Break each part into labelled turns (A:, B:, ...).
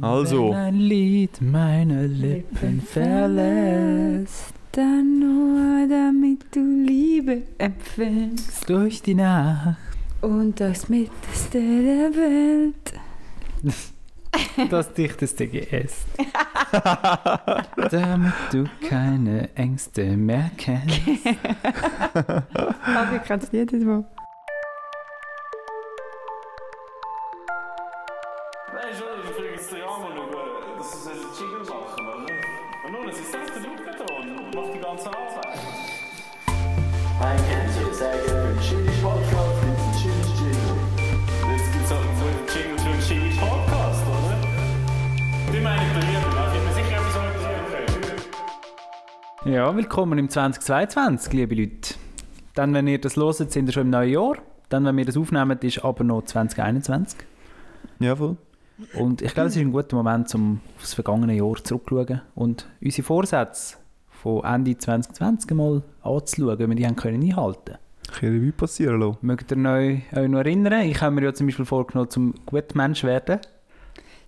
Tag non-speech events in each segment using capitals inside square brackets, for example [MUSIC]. A: Also.
B: Wenn ein Lied meine Lippen verlässt,
C: Dann nur, damit du Liebe empfängst.
B: durch die Nacht.
C: Und das Mitteste der Welt.
B: [LAUGHS]
C: [LAUGHS]
B: Das dichteste GS.
A: [LAUGHS]
B: Damit du keine Ängste mehr kennst.
C: Habe ich gerade jedes Mal.
D: Nein, Entschuldigung, ich frage jetzt den Jammer noch, dass sie sollen Jingle machen, oder? Und nun, es ist selbst der Luftbeton und macht die ganze Arbeit.
E: Ein Kennzeichen, sehr gut. Schönes Podcast mit einem schönen Jingle.
D: Jetzt gibt es auch einen guten Jingle für einen Jingle-Podcast, oder? Die meine ich bei mir, da ich mir sicher etwas anderes empfehlen.
B: Ja, willkommen im 2022, liebe Leute. Dann, wenn ihr das loset, sind wir schon im neuen Jahr. Dann, wenn wir das aufnehmen, ist aber noch 2021.
A: Jawohl.
B: Und ich glaube, es ist ein guter Moment, um auf das vergangene Jahr zurückzuschauen und unsere Vorsätze von Ende 2020 mal anzuschauen, wenn wir die haben können einhalten können.
A: Ein bisschen Revue passieren lassen.
B: Mögt ihr euch euch noch erinnern? Ich habe mir ja zum Beispiel vorgenommen, zum guter Mensch werden.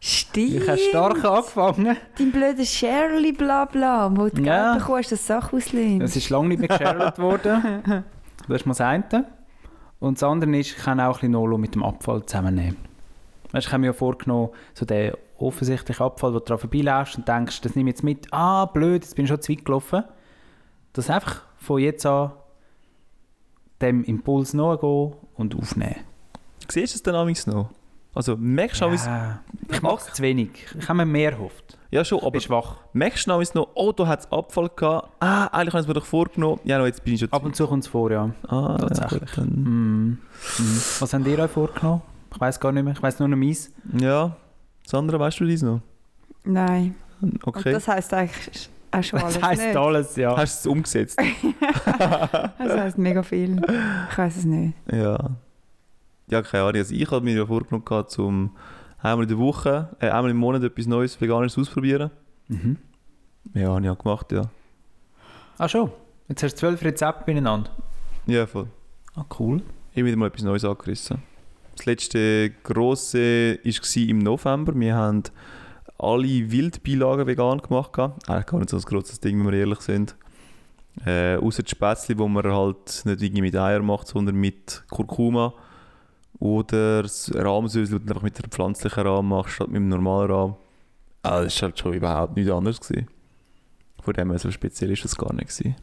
C: Stimmt.
B: Ich habe stark angefangen.
C: Dein blöder Shirley blabla, wo du
B: Ja.
C: Geld bekommst, das Sache
B: Es
C: auslehnst.
B: ist lange nicht mehr geshared worden. Das ist mal das eine. Und das andere ist, ich kann auch ein bisschen Nolo mit dem Abfall zusammennehmen. Weißt, du, ich habe mir ja vorgenommen, so den offensichtlichen Abfall, den du daran vorbeilässt und denkst, das nehme ich jetzt mit, ah blöd, jetzt bin ich schon zu weit gelaufen. Das einfach von jetzt an dem Impuls nachgehen und aufnehmen.
A: Siehst du es dann amigs noch? Also, merkst du amigs-
B: Ja, ich mache es zu wenig. Ich habe mir mehr erhofft.
A: Ja, schon, aber
B: Aber schwach.
A: merkst du amigs noch, oh, da hat es Abfall gehabt. Ah, eigentlich habe ich es mir doch vorgenommen. Ja, no, jetzt bin ich schon
B: Ab und zu kommt es vor, ja.
A: Ah, ja,
B: Tatsächlich.
A: gut, dann.
B: Mm. Mm. Was habt ihr euch vorgenommen? Ich weiß gar nicht mehr. Ich weiß nur noch meins.
A: Ja. Sandra, weißt du dies noch?
C: Nein. Und
A: Okay.
C: das heisst eigentlich auch schon
B: [LAUGHS]
C: alles
B: Das heisst
C: nicht.
B: alles, ja.
A: Hast du es umgesetzt?
C: [LAUGHS] Das heisst mega viel. Ich weiß
B: [LAUGHS]
C: es nicht.
A: Ja. Ja, keine Ahnung. Also ich habe mir ja vorgenommen, gehabt, zum einmal in der Woche, äh, einmal im Monat etwas Neues, Veganes ausprobieren.
B: Mhm.
A: Ja, habe ich auch gemacht, ja.
B: Ah schon. Jetzt hast du zwölf Rezepte beieinander.
A: Ja, voll.
B: Ah, cool.
A: Ich wieder mal etwas Neues angerissen. Das letzte grosse war im November. Wir haben alle Wildbeilagen vegan gemacht. gehabt. Eigentlich gar nicht so ein grosses Ding, wenn wir ehrlich sind. Äh, außer die Spätzle, die man halt nicht irgendwie mit Eier macht, sondern mit Kurkuma. Oder das Rahmsüßel, das du einfach mit einem pflanzlichen Rahm machst, statt mit einem normalen Rahm. Also das war halt schon überhaupt nichts anderes. Gewesen. Von dem her so speziell ist das gar nicht. Gewesen.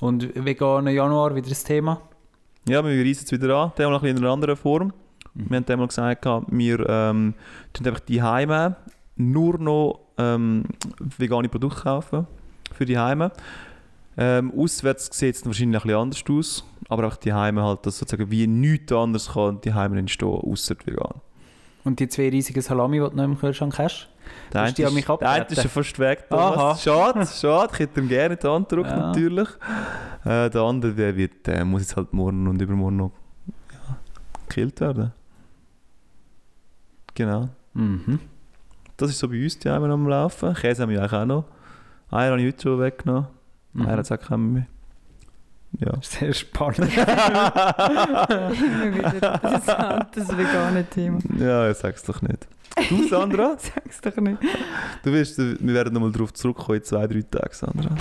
B: Und veganer Januar wieder das Thema.
A: Ja, wir reisen jetzt wieder an, diesmal ein bisschen in einer anderen Form.
B: Mhm.
A: Wir haben einmal gesagt, gehabt, wir ähm, tun einfach die Heime nur noch ähm, vegane Produkte kaufen für die Heime. Ähm, auswärts sieht es dann wahrscheinlich ein bisschen anders aus, aber auch die Heime halt, dass sozusagen wie nichts anderes kann die Heime entstehen, außer vegan.
B: Und die zwei riesigen Salami, die du noch im Kühlschrank hast.
A: Der
B: Hast du die
A: eine
B: an mich
A: ist- der eine
B: abgeraten?
A: ist schon fast weg,
B: Aha.
A: Thomas. Schade, schade, ich hätte ihm gerne die Hand gedrückt,
B: Ja.
A: natürlich. Äh, der andere, der wird, der muss jetzt halt morgen und übermorgen noch ja, gekillt werden. Genau.
B: Mhm.
A: Das ist so bei uns die einmal am Laufen. Käse haben wir eigentlich auch noch. Eier habe ich heute schon weggenommen.
B: Mhm.
A: Eier hat es auch keinen mehr.
B: [LAUGHS]
A: Ja.
B: Sehr spannend.
C: Immer wieder interessantes vegane Thema.
A: Ja, ich sag's doch nicht. Du,
C: [LAUGHS]
A: Sandra?
C: Sag's doch nicht.
A: du wirst, wir werden nochmal darauf zurückkommen in zwei, drei Tagen, Sandra.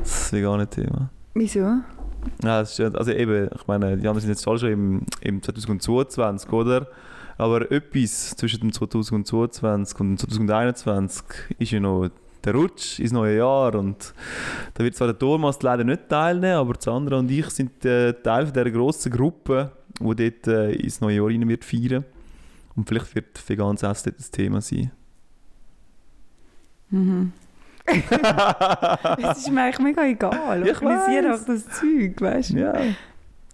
A: Das vegane Thema.
C: Wieso?
A: Ja, das ist, ja- also eben, ich meine, die anderen sind jetzt alle schon im, im 2022, oder? Aber etwas zwischen dem 2022 und dem 2021 ist ja noch der Rutsch ins neue Jahr und da wird zwar der Thomas leider nicht teilnehmen, aber Sandra und ich sind äh, Teil von dieser grossen Gruppe, die dort äh, ins neue Jahr rein wird feiern. Und vielleicht wird veganes Essen dort ein Thema sein. [LAUGHS]
C: Mhm. es ist mir eigentlich mega egal.
A: Ich
C: Organisiere
A: weiss.
C: auch das Zeug, weißt du?
A: Ja.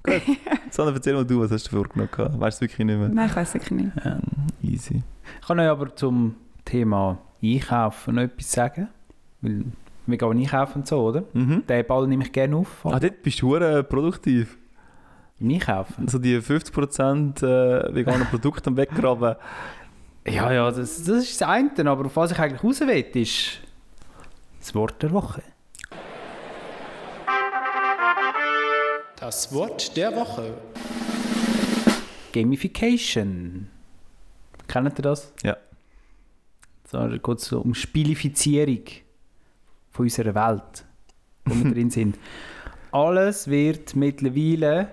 A: Gut. Sandra, erzähl mal du, was hast du vorgenommen? gehabt? Weißt du es wirklich nicht mehr?
C: Nein, ich weiß wirklich nicht.
A: Easy.
B: Ich kann euch aber zum Thema Einkaufen noch etwas sagen. Weil wir gehen einkaufen und so, oder?
A: Mhm.
B: Den Ball nehme ich gerne auf.
A: Ah, dort bist du hure produktiv.
B: Im Einkaufen.
A: So die 50% äh, veganen Produkte am Weggraben.
B: Ja, ja, das, das ist das eine, aber auf was ich eigentlich raus will, ist das Wort der Woche.
F: Das Wort der Woche.
B: Gamification. Kennt ihr das?
A: Ja.
B: sondern geht es so um Spilifizierung von unserer Welt, wo wir drin sind. Alles wird mittlerweile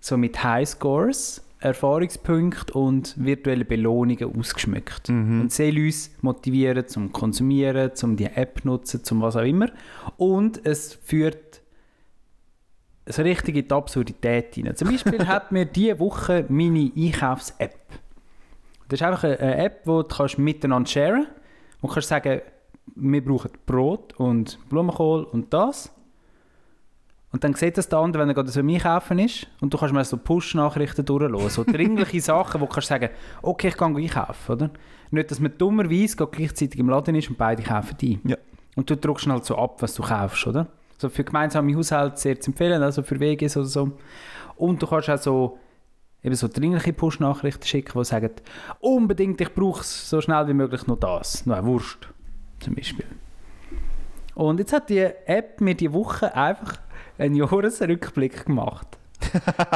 B: so mit Highscores, Erfahrungspunkten und virtuellen Belohnungen ausgeschmückt. Und soll uns motivieren zum Konsumieren, zum die App nutzen, zum was auch immer. Und es führt so richtig in die Absurdität hinein. Zum Beispiel hat mir diese Woche meine Einkaufs-App. Das ist einfach eine- eine App, wo du kannst miteinander sharen und kannst sagen, wir brauchen Brot und Blumenkohl und das. Und dann sieht das der andere, wenn er gerade so am Einkaufen ist. Und du kannst mir so Push-Nachrichten durchlassen. So dringliche [LAUGHS] Sachen, wo du kannst sagen, okay, ich gehe einkaufen, oder? Nicht, dass man dummerweise gerade gleichzeitig im Laden ist und beide kaufen ein.
A: Ja.
B: Und du drückst halt so ab, was du kaufst, oder? So für gemeinsame Haushalte sehr zu empfehlen, also für WGs oder so. Und du kannst auch so, eben so dringliche Push-Nachrichten schicken, die sagen, unbedingt, ich brauche so schnell wie möglich noch das. Noch eine Wurst, zum Beispiel. Und jetzt hat die App mir die Woche einfach einen Jahresrückblick gemacht.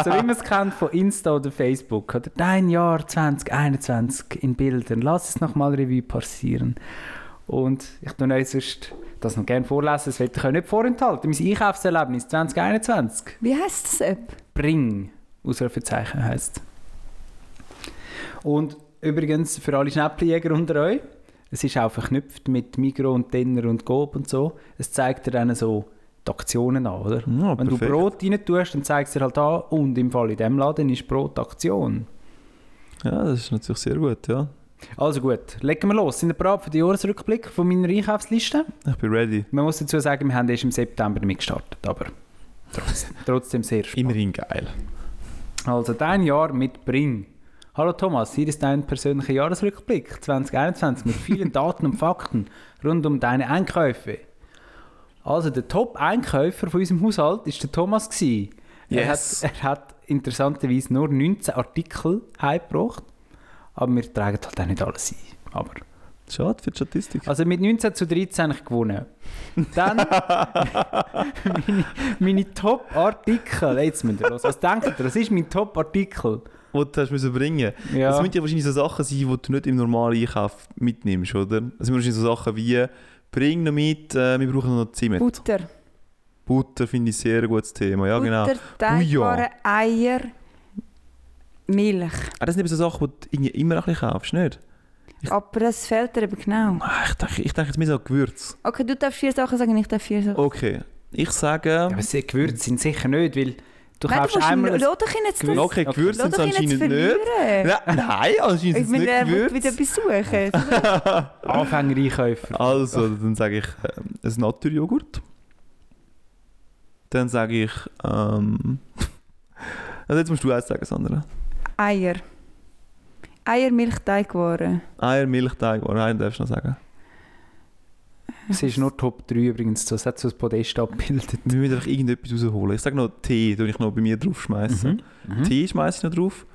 B: so wie man es kennt von Insta oder Facebook. Oder dein Jahr 2021 in Bildern. Lass es nochmal Revue passieren. Und ich tue euch sonst das noch gerne vorlesen. Das will ich euch nicht vorenthalten. Mein Einkaufserlebnis 2021.
C: Wie heisst das App?
B: Bring, Ausrufezeichen heisst. Und übrigens für alle Schnäppeljäger unter euch, es ist auch verknüpft mit Migro und Dinner und Coop und so. Es zeigt dir dann so die Aktionen an, oder?
A: Ja,
B: Wenn du
A: perfekt.
B: Brot rein tust, dann zeigst du dir halt an, und im Fall in diesem Laden ist Brot Aktion.
A: Ja, das ist natürlich sehr gut, ja.
B: Also gut, legen wir los. Sind wir bereit für den Jahresrückblick von meiner Einkaufsliste?
A: Ich bin ready.
B: Man muss dazu sagen, wir haben erst im September damit gestartet, aber trotzdem, trotzdem sehr spannend.
A: Immerhin geil.
B: Also dein Jahr mit Bring. Hallo Thomas, hier ist dein persönlicher Jahresrückblick 2021 mit vielen Daten und Fakten rund um deine Einkäufe. Also der Top-Einkäufer von unserem Haushalt ist der Thomas gsi.
A: Yes.
B: Er, hat, er hat interessanterweise nur 19 Artikel heimgebracht, aber wir tragen halt auch nicht alles ein. Aber
A: Schade für die Statistik.
B: also mit 19 zu 13 habe ich gewonnen. Dann [LAUGHS] meine, meine Top-Artikel. Jetzt müsst ihr los. Was denkt ihr? Das ist mein Top-Artikel.
A: Wo du hast müssen bringen.
B: Ja.
A: Das müssen ja wahrscheinlich so Sachen sein, die du nicht im normalen Einkauf mitnimmst, oder? Das sind wahrscheinlich so Sachen wie, bring noch mit, äh, wir brauchen noch Zimmer.
C: Butter.
A: Butter finde ich sehr gutes Thema, ja genau.
C: Butter, Teigwaren, Eier, Milch.
A: Ah, das sind eben so Sachen, die du irgendwie immer ein bisschen kaufst, nicht? Ich-
C: Aber das fehlt dir eben genau.
A: Ah, Ich denke, ich denke jetzt mehr so an Gewürz.
C: Okay, du darfst vier Sachen sagen, ich darf vier Sachen.
A: Okay, ich
B: Ja,
A: sage...
B: aber sie gewürzt sind sicher nicht, weil du
C: Nein,
B: kaufst
C: musst-
B: einmal... ein-
C: Lass dich ihn jetzt das. Lass
A: Okay, Gewürz
C: dich
A: sind es
C: ihn jetzt
A: anscheinend nicht.
C: verlieren. [LAUGHS]
A: Nein, nein, anscheinend sind
C: Ich
A: es
C: meine,
A: nicht
C: er will wieder
A: Gewürz. [LAUGHS]
C: besuchen.
B: Anfängereinkäufer.
A: Also, dann sage ich äh, ein Naturjoghurt. Dann sage ich. Ähm, [LAUGHS] also jetzt musst du eins sagen, Sandra.
C: Eier. Eier, Milch, Teigwaren.
A: Eier, Milchteig, oder nein, darfst du noch sagen.
B: Es ist nur Top 3 übrigens, so. es hat so ein Podest abgebildet.
A: Wir müssen einfach irgendetwas rausholen. Ich sage noch Tee, den ich noch bei mir drauf
C: Mhm.
A: schmeiße. Tee schmeiße ich noch drauf.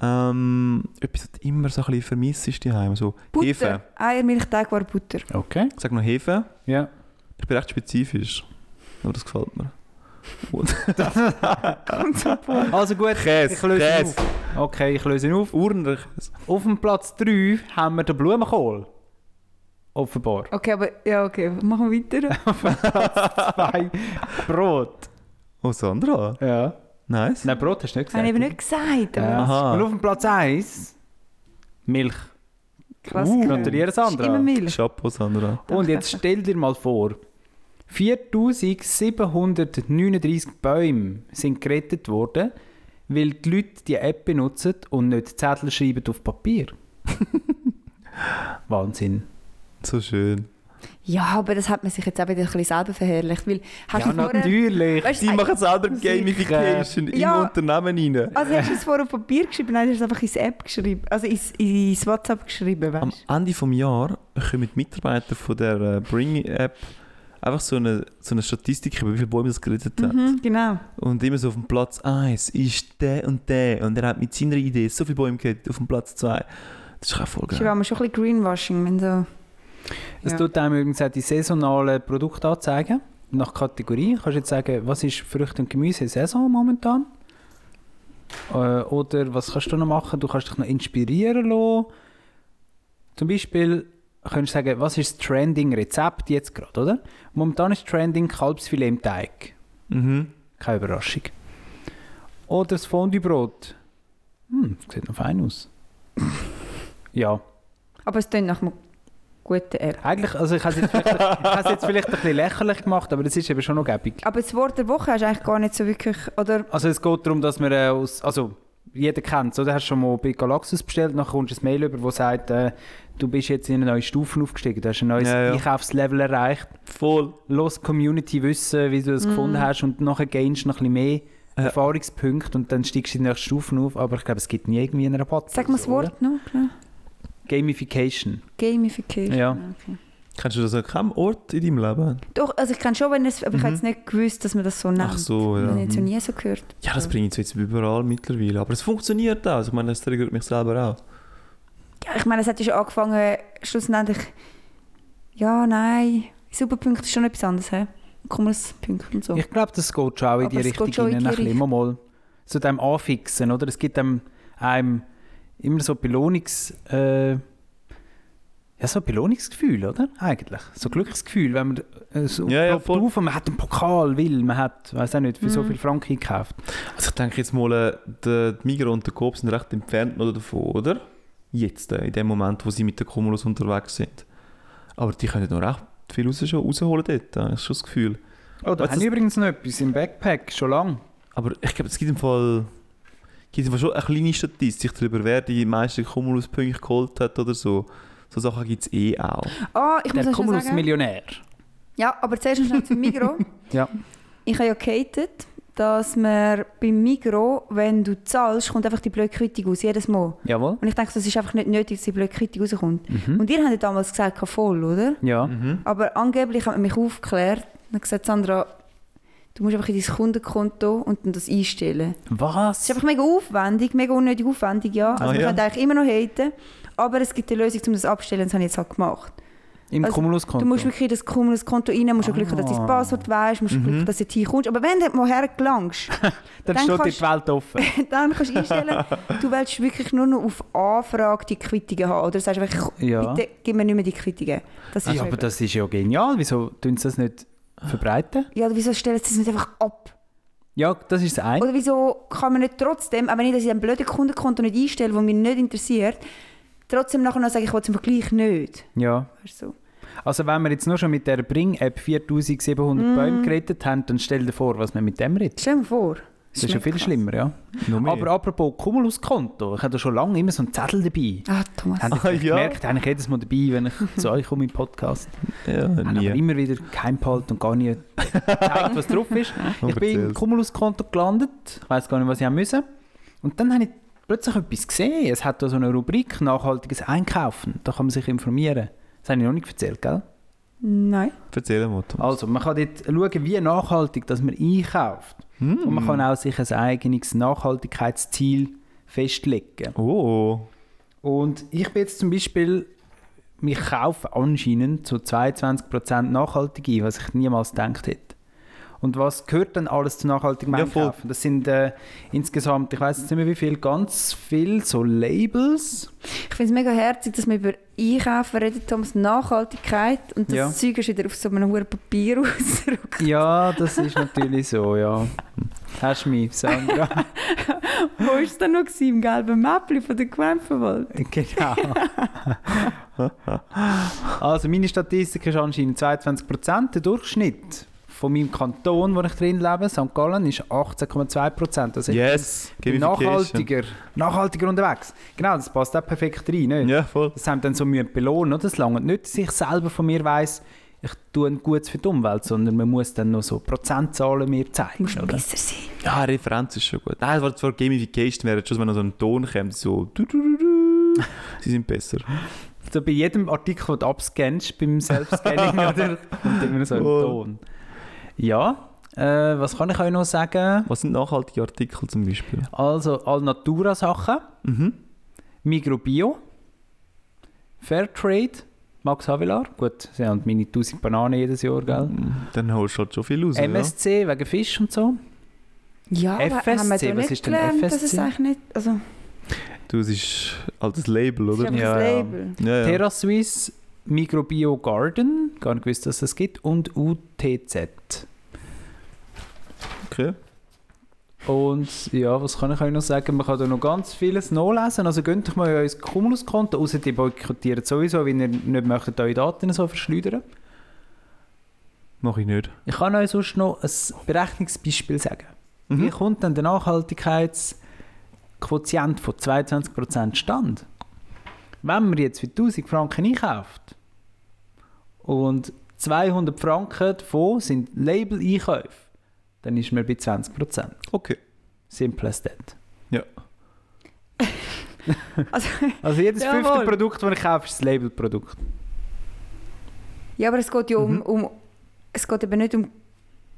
A: Ähm, etwas, was du immer so ein bisschen vermisst ist daheim. So
C: Butter.
A: Hefe.
C: Eier, Milch, Teigwaren, Butter.
B: Okay.
A: Ich sage noch Hefe.
B: Ja.
A: Ich bin recht spezifisch. Aber das gefällt mir.
B: Also gut,
A: Käse,
B: ich löse ihn
A: Käse.
B: auf. Okay, ich löse ihn auf.
A: Urnenkäse.
B: Auf dem Platz 3 haben wir den Blumenkohl. Offenbar.
A: [LAUGHS]
C: Okay, aber ja, okay, machen wir weiter.
B: Auf dem Platz 2 Brot.
A: Oh, Sandra.
B: Ja.
A: Nice.
B: Nein, Brot hast du nicht gesagt.
C: Habe ich eben nicht gesagt.
B: Ja.
C: Aber
A: Aha.
B: Und auf dem Platz 1 Milch.
C: krass.
A: Uh,
B: Gratuliere
C: ist immer
B: Sandra.
C: Milch.
A: Chapeau, Sandra.
B: Und jetzt stell dir mal vor, 4739 Bäume sind gerettet worden, weil die Leute die App benutzen und nicht Zettel schreiben auf Papier. Wahnsinn.
A: So schön.
C: Ja, aber das hat man sich jetzt auch wieder ein bisschen selber verherrlicht, weil hast
B: ja,
C: du äh, vorher...
B: natürlich.
C: Weißt,
A: Die machen selber Gamification im
C: Ja.
A: Unternehmen rein.
C: Also hast du es vorher auf Papier geschrieben? Nein, du hast es einfach ins App geschrieben. Also ins, ins WhatsApp geschrieben,
A: Am
C: weißt
A: Ende des Jahres kommen die Mitarbeiter von der äh, Bring-App einfach so eine, so eine Statistik über wie viele Bäume das gerettet
C: du?
A: hat.
C: Mhm, genau.
A: Und immer so auf dem Platz 1 ist der und der und er hat mit seiner Idee so viele Bäume gerettet auf dem Platz 2. Das ist auch voll
C: Das ist
A: geil.
C: aber schon ein bisschen Greenwashing, wenn so...
B: Es
C: Ja.
B: tut einem übrigens auch die saisonalen Produkte anzeigen, nach Kategorie. Kannst du jetzt sagen, was ist Früchte und Gemüse Saison momentan? Äh, oder was kannst du noch machen? Du kannst dich noch inspirieren lassen. Zum Beispiel könntest du sagen, was ist das Trending-Rezept jetzt gerade, oder? Momentan ist Trending Kalbsfilet im Teig.
A: Mhm.
B: Keine Überraschung. Oder das Fondue-Brot. Hm, sieht noch fein aus. [LAUGHS] ja,
C: Aber es klingt nach einem guten Erbe.
B: eigentlich, also ich habe es jetzt, vielleicht- ich habe es jetzt vielleicht ein bisschen lächerlich gemacht, aber das ist eben schon noch gäbig.
C: Aber das Wort der Woche hast du eigentlich gar nicht so wirklich, oder?
B: Also es geht darum, dass man äh, aus, also jeder kennt es, oder? Hast schon mal bei Galaxus bestellt, dann kommst du ein Mail über, das sagt, äh, du bist jetzt in eine neue Stufe aufgestiegen, du hast ein neues
A: Ja, ja.
B: Einkaufslevel erreicht.
A: Voll.
B: Lass die Community wissen, wie du
C: Mhm.
B: das gefunden hast und nachher gainst du noch ein bisschen mehr
A: Ja.
B: Erfahrungspunkte und dann steigst du in die nächste Stufe auf, aber ich glaube, es gibt nie irgendwie einen Rabatt.
C: Sag
B: oder
C: mal
B: so,
C: das Wort noch. Genau.
B: Oder? Gamification.
C: Gamification.
B: Ja.
C: Okay.
A: Kennst du das an keinem Ort in deinem Leben?
C: Doch, also ich kann schon, wenn es, aber ich
A: Mhm.
C: habe es nicht gewusst, dass man das so nennt.
A: Ach so,
C: Ich
A: ja.
C: habe es noch nie so gehört.
A: Ja, das bringe ich jetzt überall mittlerweile. Aber es funktioniert auch. Also, ich meine, das triggert mich selber auch.
C: Ja, ich meine, es hat ja schon angefangen, schlussendlich, ja, nein, Superpunkt ist schon etwas anderes, hä? Kummerspunkt und so.
B: Ich glaube, das geht schon auch in
C: Aber
B: die
C: es geht
B: Richtung
C: schon in
B: hinein,
C: die
B: ein bisschen.
C: Richtung.
B: immer mal zu dem Anfixen, oder? Es gibt einem, einem immer so Belohnungs... Äh, ja, so ein Belohnungsgefühl, oder? Eigentlich. So ein Glücksgefühl, wenn man äh, so
A: Ja, ja,
B: ploppt
A: voll.
B: auf und man hat einen Pokal, weil man hat, weiß auch nicht, für
C: Mhm.
B: so viel Franken gekauft.
A: Also, ich denke jetzt mal, äh, der die Migros und der Coop sind recht entfernt noch davon, oder? Jetzt, äh, in dem Moment, wo sie mit der Cumulus unterwegs sind. Aber die können noch recht viel raus, schon rausholen dort. äh, Das ist schon das Gefühl.
B: Oh, da
A: Was
B: habe ich
A: das-
B: übrigens noch etwas im Backpack, schon lange.
A: Aber ich glaube, es gibt im Fall, gibt im Fall schon eine kleine Statistik darüber, wer die meisten Cumulus-Punkte geholt hat oder so. So Sachen gibt es eh auch.
C: Ah, ich
B: Der
C: muss noch schnell sagen.
B: Cumulus-Millionär.
C: Ja, aber zuerst noch schnell
B: [LAUGHS]
C: zum Migros.
B: Ja.
C: Ich habe ja gehatet, dass man beim Migros, wenn du zahlst, kommt einfach die blöde Quittung raus, jedes Mal.
B: Jawohl.
C: Und ich denke, das ist einfach nicht nötig, dass die blöde Quittung rauskommt.
B: Mhm.
C: Und ihr habt ja damals gesagt, keine voll, oder?
B: Ja.
C: Aber angeblich hat man mich aufgeklärt und hat gesagt, Sandra, du musst einfach in dein Kundenkonto und dann das einstellen. Es ist
B: Was?
C: einfach mega aufwendig, mega unnötig aufwendig, ja. Also
A: Ah,
C: man
A: ja.
C: könnte eigentlich immer noch haten, aber es gibt eine Lösung, um das abzustellen, das habe ich jetzt halt gemacht.
B: Im
C: also,
B: Cumulus-Konto.
C: Du musst wirklich in das Cumulus-Konto rein, musst auch Glück haben, dass du dein
B: Ah. Mhm.
C: Passwort weißt, musst Glück haben, dass du dort hinkommst. Aber wenn du mal hergelangst,
B: [LAUGHS] Dann
C: dann
B: steht dir
C: kannst-
B: die Welt offen.
C: dann kannst du einstellen, du willst wirklich nur noch auf Anfrage die Quittungen haben. Oder du sagst einfach,
B: Ja.
C: bitte gib mir nicht mehr die Quittungen. Das ist
B: Ja, aber
C: einfach-
B: das ist ja genial. Wieso tun sie das nicht verbreiten?
C: ja, oder wieso stellen sie es nicht einfach ab?
B: Ja, das ist das eine.
C: Oder wieso kann man nicht trotzdem, auch wenn ich das in einem blöden Kundenkonto nicht einstelle, das mich nicht interessiert, trotzdem nachher noch sagen, ich will zum Vergleich nicht.
B: Ja.
C: Weißt du?
B: Also wenn wir jetzt nur schon mit der Bring-App 4700 Bäume gerettet haben, dann stell dir vor, was man mit dem redet.
C: Stell dir vor.
B: Das ist ja viel schlimmer, ja.
A: Noch mehr.
B: Aber apropos Cumulus-Konto, ich habe da schon lange immer so einen Zettel dabei.
C: Ah, Thomas.
B: Habt ihr
A: Ah,
B: vielleicht
A: ja.
B: gemerkt, eigentlich jedes Mal dabei, wenn ich zu euch komme im Podcast.
A: ja,
B: Haben aber
A: nie.
B: immer wieder geheim behalten und gar nie gezeigt, was drauf ist. Ich bin im
A: Erzähl's.
B: Cumulus-Konto gelandet, ich weiß gar nicht, was ich haben müssen. Und dann habe ich plötzlich etwas gesehen. Es hat da so eine Rubrik «Nachhaltiges Einkaufen». Da kann man sich informieren. Das habe ich noch nicht erzählt, gell?
C: Nein.
A: Erzähl mal, Thomas.
B: Also, man kann dort schauen, wie nachhaltig dass man einkauft. Und man kann auch sich ein eigenes Nachhaltigkeitsziel festlegen.
A: Oh,
B: Und ich bin jetzt zum Beispiel, ich kaufe anscheinend zu 22% nachhaltig ein, was ich niemals gedacht hätte. Und was gehört dann alles zu nachhaltigem
A: Ja, voll.
B: Einkaufen? Das sind äh, insgesamt, ich weiß jetzt nicht mehr wie viel, ganz viel so Labels.
C: Ich finde es mega herzig, dass wir über Einkaufen reden, Thomas, Nachhaltigkeit und das
B: Ja.
C: Zeug ist wieder auf so einem hohen Papier [LAUGHS] ausgerückt.
B: Ja, das ist natürlich so, ja. Hast mich, Sandra.
C: Wo war es denn noch? Gewesen? Im gelben Mäppchen von der Gemeindeverwaltung?
B: Genau. [LAUGHS] also meine Statistik ist anscheinend 22 Prozent. Der Durchschnitt von meinem Kanton, wo ich drin lebe, St. Gallen, ist 18,2 Prozent. Also ich
A: yes.
B: bin
A: Gamification.
B: nachhaltiger, nachhaltiger unterwegs. Genau, das passt auch perfekt rein. Nicht?
A: Ja, voll.
B: Das haben dann so müssen belohnen. Oder? Das lange nicht, dass ich selber von mir weiss, ich tue ein Gutes für die Umwelt, sondern man muss dann noch so Prozentzahlen mir zeigen.
C: Musst du
B: oder?
C: besser sein.
A: Ja, Referenz ist schon gut. Nein, es war zwar Gamification, wäre jetzt schon, wenn noch so ein Ton kommt, so. Du, du,
B: [LAUGHS]
A: du, du. Sie sind besser.
B: So bei jedem Artikel, den du abscannst, beim Selbstscanning, oder? Und immer so ein
A: Oh.
B: Ton. Ja, äh, was kann ich euch noch sagen?
A: Was sind nachhaltige Artikel zum Beispiel?
B: Also, Alnatura-Sachen,
A: Mhm.
B: Migrobio, Fairtrade, Max Havelaar, gut, sie haben meine 1000 Bananen jedes Jahr, gell?
A: Dann holst du halt schon viel raus.
B: MSC wegen Fisch und so.
C: Ja, aber
B: FSC,
C: haben wir
B: was
C: doch nicht
B: ist denn
C: gelernt, dass es
B: FSC?
C: eigentlich nicht... Also,
A: Ja. Du, es ist altes Label,
C: das ist
A: oder?
C: einfach
B: Ja,
C: das
B: ja.
C: Label.
A: Ja, ja.
B: Terra Suisse, Microbio Garden, gar nicht gewusst, dass es das gibt, und UTZ.
A: Okay.
B: Und ja, was kann ich euch noch sagen? Man kann da noch ganz vieles nachlesen. Also gönnt euch mal euer Cumulus-Konto, außer die boykottieren sowieso, wenn ihr nicht möchtet, eure Daten so verschleudern.
A: Mach ich nicht.
B: Ich kann euch sonst noch ein Berechnungsbeispiel sagen.
A: Mhm.
B: Wie kommt dann der Nachhaltigkeitsquotient von 22% stand? Wenn man jetzt für 1000 Franken einkauft und 200 Franken davon sind Label-Einkäufe, dann ist man bei 20%.
A: Okay.
B: Simple as that.
C: [LAUGHS] Also,
B: Also jedes
C: Jawohl.
B: fünfte Produkt, das ich kaufe, ist das Label-Produkt.
C: ja, aber es geht ja um,
B: Mhm.
C: um... Es geht eben nicht um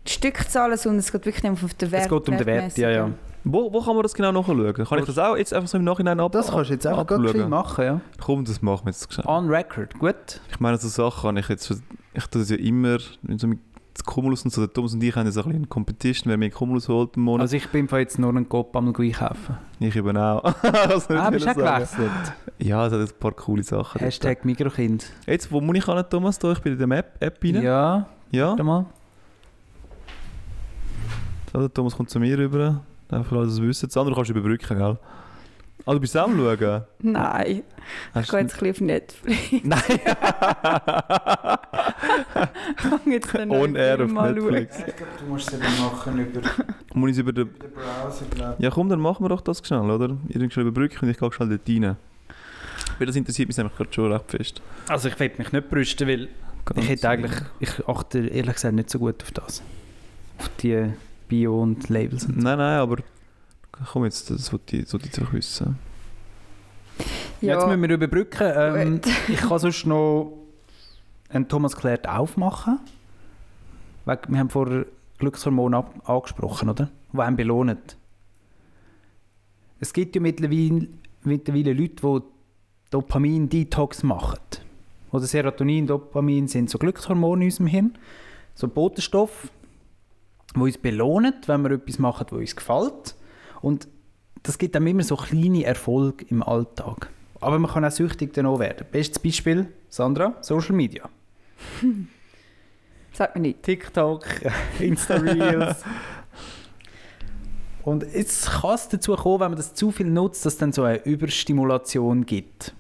C: die Stückzahlen, sondern es geht wirklich einfach um den Wert.
B: Es geht um den Wert, ja, ja.
A: Wo, wo kann man das genau nachschauen? Kann ich das auch jetzt einfach so im Nachhinein ab
B: Das kannst du Ah. jetzt einfach
A: abschauen.
B: gerade geschwind machen, ja.
A: Komm, das machen wir jetzt gescheit.
B: On record, gut.
A: Ich meine, so Sachen kann ich jetzt... schon- Ich tue das ja immer... Mit so mit das Cumulus und so, der Thomas und ich haben jetzt auch ein bisschen eine Competition, wer mehr Cumulus holt im Monat.
B: Also ich bin im Fall jetzt nur einen Coop einmal [LAUGHS] einkaufen.
A: ich eben auch. [LAUGHS] Das wollte
B: Ah,
A: ich
B: bist du auch
A: sagen.
B: gewechselt?
A: Ja, es hat ein paar coole Sachen. dort.
B: Hashtag Mikrokind.
A: Jetzt, wo muss ich an, Thomas? Da, ich bin in der Map, App rein.
B: Ja,
A: ja.
B: warte mal.
A: So, der Also, Thomas kommt zu mir rüber. Einfach alles wissen. Das andere kannst du überbrücken, gell? Ah, du bist am Schauen?
C: Nein, ich
A: Hast [LAUGHS]
C: gehe jetzt ein bisschen auf Netflix.
A: Nein!
B: [LAUGHS]
C: jetzt den neuen
A: On air auf
C: Film mal schauen.
A: Netflix.
B: glaube, du musst es eben machen über
A: [LAUGHS] Muss ich es über den...
B: den Browser, glaube
A: Ja komm, dann machen wir doch das schnell, oder? Irgendwie schnell überbrücken und ich gehe schnell dort rein. Weil das interessiert mich nämlich gerade schon recht fest.
B: Also ich will mich nicht brüsten, weil ich hätte eigentlich, ich achte ehrlich gesagt nicht so gut auf das. Auf die Bio und Labels. Und
A: Nein, nein, aber... Komm jetzt, das wollte ich, das wollte ich doch wissen.
C: Ja,
B: Jetzt müssen wir überbrücken. Ähm,
C: Gut. [LAUGHS]
B: ich kann sonst noch einen Thomas Klärt aufmachen. Wegen- Wir haben vorher Glückshormone ab- angesprochen, oder? Die einen belohnen. Es gibt ja mittlerweile, mittlerweile Leute, die Dopamin-Detox machen. Oder Serotonin, Dopamin sind so Glückshormone in unserem Hirn. So Botenstoffe, die uns belohnen, wenn wir etwas machen, was uns gefällt. Und das gibt einem immer so kleine Erfolge im Alltag. Aber man kann auch süchtig danach werden. Bestes Beispiel, Sandra, Social Media.
C: Sag mir nicht.
B: TikTok, [LAUGHS] Insta-Reels. Und jetzt kann es dazu kommen, wenn man das zu viel nutzt, dass es dann so eine Überstimulation gibt.